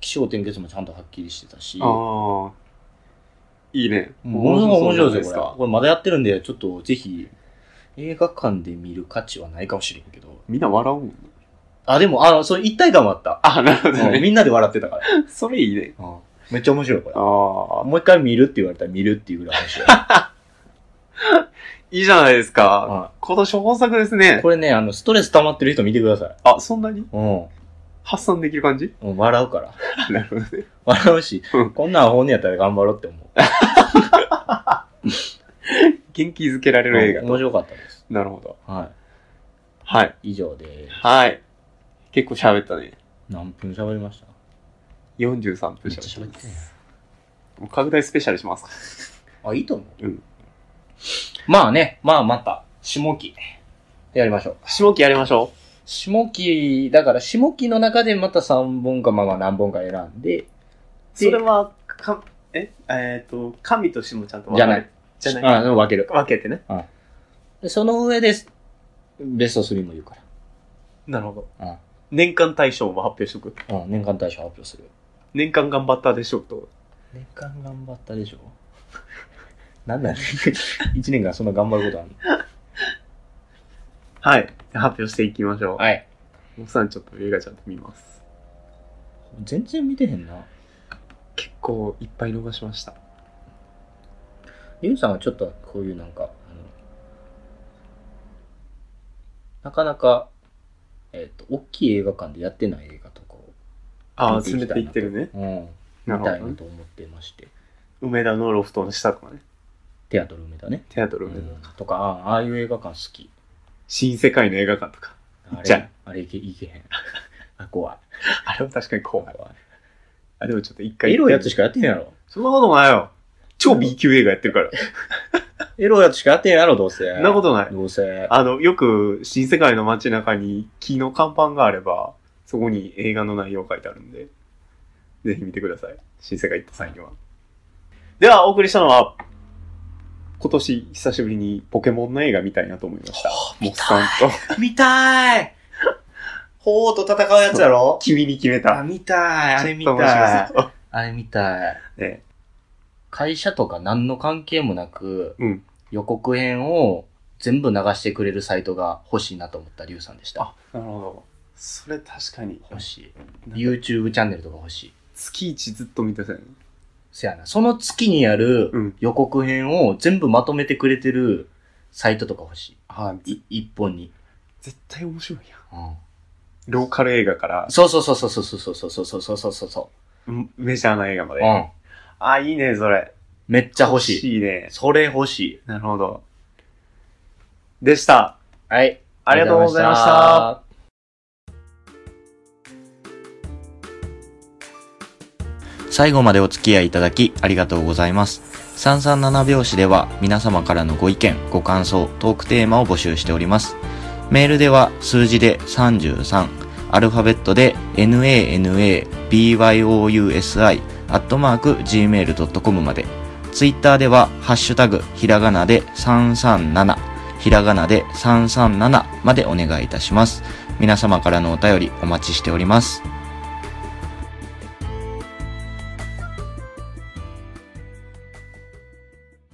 Speaker 3: 気象転結もちゃんとはっきりしてたし、
Speaker 1: あ
Speaker 3: も
Speaker 1: あ。いいね。
Speaker 3: のすごい面白いですよ、これ。
Speaker 1: か。
Speaker 3: これまだやってるんで、ちょっとぜひ、映画館で見る価値はないかもしれんけど、
Speaker 1: みんな笑うもん。
Speaker 3: あ、でも、あの、そう、一体感もあった。
Speaker 1: あ、なるほど
Speaker 3: うん
Speaker 1: ね。
Speaker 3: みんなで笑ってたから。
Speaker 1: それいいね。
Speaker 3: めっちゃ面白い、これ。
Speaker 1: ああ。
Speaker 3: もう一回見るって言われたら見るっていうぐらい面白い。
Speaker 1: いいじゃないですか。
Speaker 3: は
Speaker 1: 今年本作です
Speaker 3: い
Speaker 1: ね。
Speaker 3: *laughs* これね、あの、ストレス溜まってる人見てください。
Speaker 1: あ、そんなに
Speaker 3: うん。も
Speaker 1: 発散できる感
Speaker 3: *laughs*
Speaker 1: じ
Speaker 3: う笑うから。
Speaker 1: なるほどね。
Speaker 3: 笑うし
Speaker 1: うん、
Speaker 3: こんなん本音やったら頑張ろうって思う。
Speaker 1: 元気づけられる映画。
Speaker 3: 面白かったです。
Speaker 1: なるほど。
Speaker 3: は
Speaker 1: はい。
Speaker 3: い。以上で、
Speaker 1: はい。結構喋ったね。
Speaker 3: 何分喋りました
Speaker 1: 43分
Speaker 3: めっ
Speaker 1: 喋
Speaker 3: ちゃ喋
Speaker 1: っ
Speaker 3: ってたや
Speaker 1: た。もう拡大スペシャルしますか。
Speaker 3: んあ、いいと思う。
Speaker 1: うん
Speaker 3: まあね、まあまた、下期。やりましょう。
Speaker 1: 下期やりましょ
Speaker 3: 下期、だから下期の中でまた3本かまあまあ何本か選んで、
Speaker 1: う。それは、か、ええっ、と、神と下ちゃんと分
Speaker 3: じゃ
Speaker 1: か
Speaker 3: な
Speaker 1: れ
Speaker 3: い。
Speaker 1: じゃない。
Speaker 3: あ分ける。
Speaker 1: 分けてね。
Speaker 3: でその上で、ベスト3も言うか
Speaker 1: なるほ
Speaker 3: ど。
Speaker 1: 年間大賞も発表しとく。
Speaker 3: ら。うん、年間大賞発表する。
Speaker 1: 年間頑張ったでしょうと。
Speaker 3: 年間頑張ったでしょ *laughs* なんだよ、1年間そんな頑張ることあるの
Speaker 1: はい。発表していきましょう。
Speaker 3: はい。
Speaker 1: もうさんちょっと映画ちゃんと見ます。
Speaker 3: 全然見てへんな。
Speaker 5: 結構いっぱい逃しました。
Speaker 3: リュウさんはちょっとこういうなんか、あのなかなか、えっ、と、大きい映画館でやってない映画とかを、
Speaker 1: ああ、
Speaker 3: 見てい
Speaker 1: 連
Speaker 3: き
Speaker 1: れ
Speaker 3: た
Speaker 1: て
Speaker 3: い
Speaker 1: い
Speaker 3: な
Speaker 1: ってるね。
Speaker 3: うん、
Speaker 1: な
Speaker 3: 見た
Speaker 1: る
Speaker 3: い
Speaker 1: ほど
Speaker 3: な
Speaker 1: ね。
Speaker 3: と思ってまして。
Speaker 1: 梅田のロフトの下とかね。
Speaker 3: テアトル梅田ね。
Speaker 1: テアトル
Speaker 3: う
Speaker 1: 梅田。
Speaker 3: ん、とか、あああいう映画館好き。
Speaker 1: 新世界の映画館とか。 *laughs*
Speaker 3: あれ、
Speaker 1: じゃ
Speaker 3: あれいけいけへん。あ、怖い。
Speaker 1: あれは確かに怖
Speaker 3: 怖
Speaker 1: い。
Speaker 3: い。
Speaker 1: あ、でもちょっと一回。
Speaker 3: エロいやつしかやってへんやろ。
Speaker 1: そんなこともないよ。超 B 級映画やってるから。
Speaker 3: エロいやつしかやってへんやろ、どうせ。
Speaker 1: そんなことない。
Speaker 3: どうせ。
Speaker 1: あの、よく、新世界の街中に木の看板があれば、そこに映画の内容書いてあるんで、ぜひ見てください。新世界行った際には。では、お送りしたのは、今年久しぶりにポケモンの映画見たいなと思いました。モッさんと、 *laughs*
Speaker 6: 見たいほうと戦うやつやろ
Speaker 1: 君に決め
Speaker 6: あ、
Speaker 1: た。
Speaker 6: 見たいあれ見たい
Speaker 1: ちょっと面白そう
Speaker 6: あれ見たい
Speaker 3: *laughs*
Speaker 1: ね
Speaker 3: 会社とか何の関係もなく、
Speaker 1: うん
Speaker 3: 予告編を全部流してくれるサイトが欲しいなと思ったリュウさんでした。
Speaker 5: なるほど。それ確かに。
Speaker 3: 欲しい。
Speaker 5: なんか
Speaker 3: YouTube チャンネルとか欲しい。
Speaker 5: 月一ずっと見てたよね。
Speaker 3: せやな。その月にや
Speaker 5: う
Speaker 3: る
Speaker 5: ん
Speaker 3: 予告編を全部まとめてくれてるサイトとか欲し
Speaker 5: あ
Speaker 3: い。い一本に。
Speaker 5: 絶対面白いやん。
Speaker 3: うん
Speaker 5: ローカル映画から
Speaker 3: そうそうそうそうそうそうそうそうそうそうそうそ
Speaker 1: うんメジャーな映画ま
Speaker 3: う。
Speaker 1: で。
Speaker 3: うん。
Speaker 1: あ、いいね、それ。
Speaker 3: めっちゃ欲しい。
Speaker 1: いいね。
Speaker 3: それ欲しい。
Speaker 1: なるほど。でした。
Speaker 3: はい。
Speaker 1: ありがとうございました。。
Speaker 7: 最後までお付き合いいただきありがとうございます。337拍子では皆様からのご意見、ご感想、トークテーマを募集しております。メールでは数字で33、アルファベットで nanabyousi、アットマーク gmail.com まで。ツイッターではハッシュタグ、ひらがなで337、ひらがなで337までお願いいたします。皆様からのお便りお待ちしております。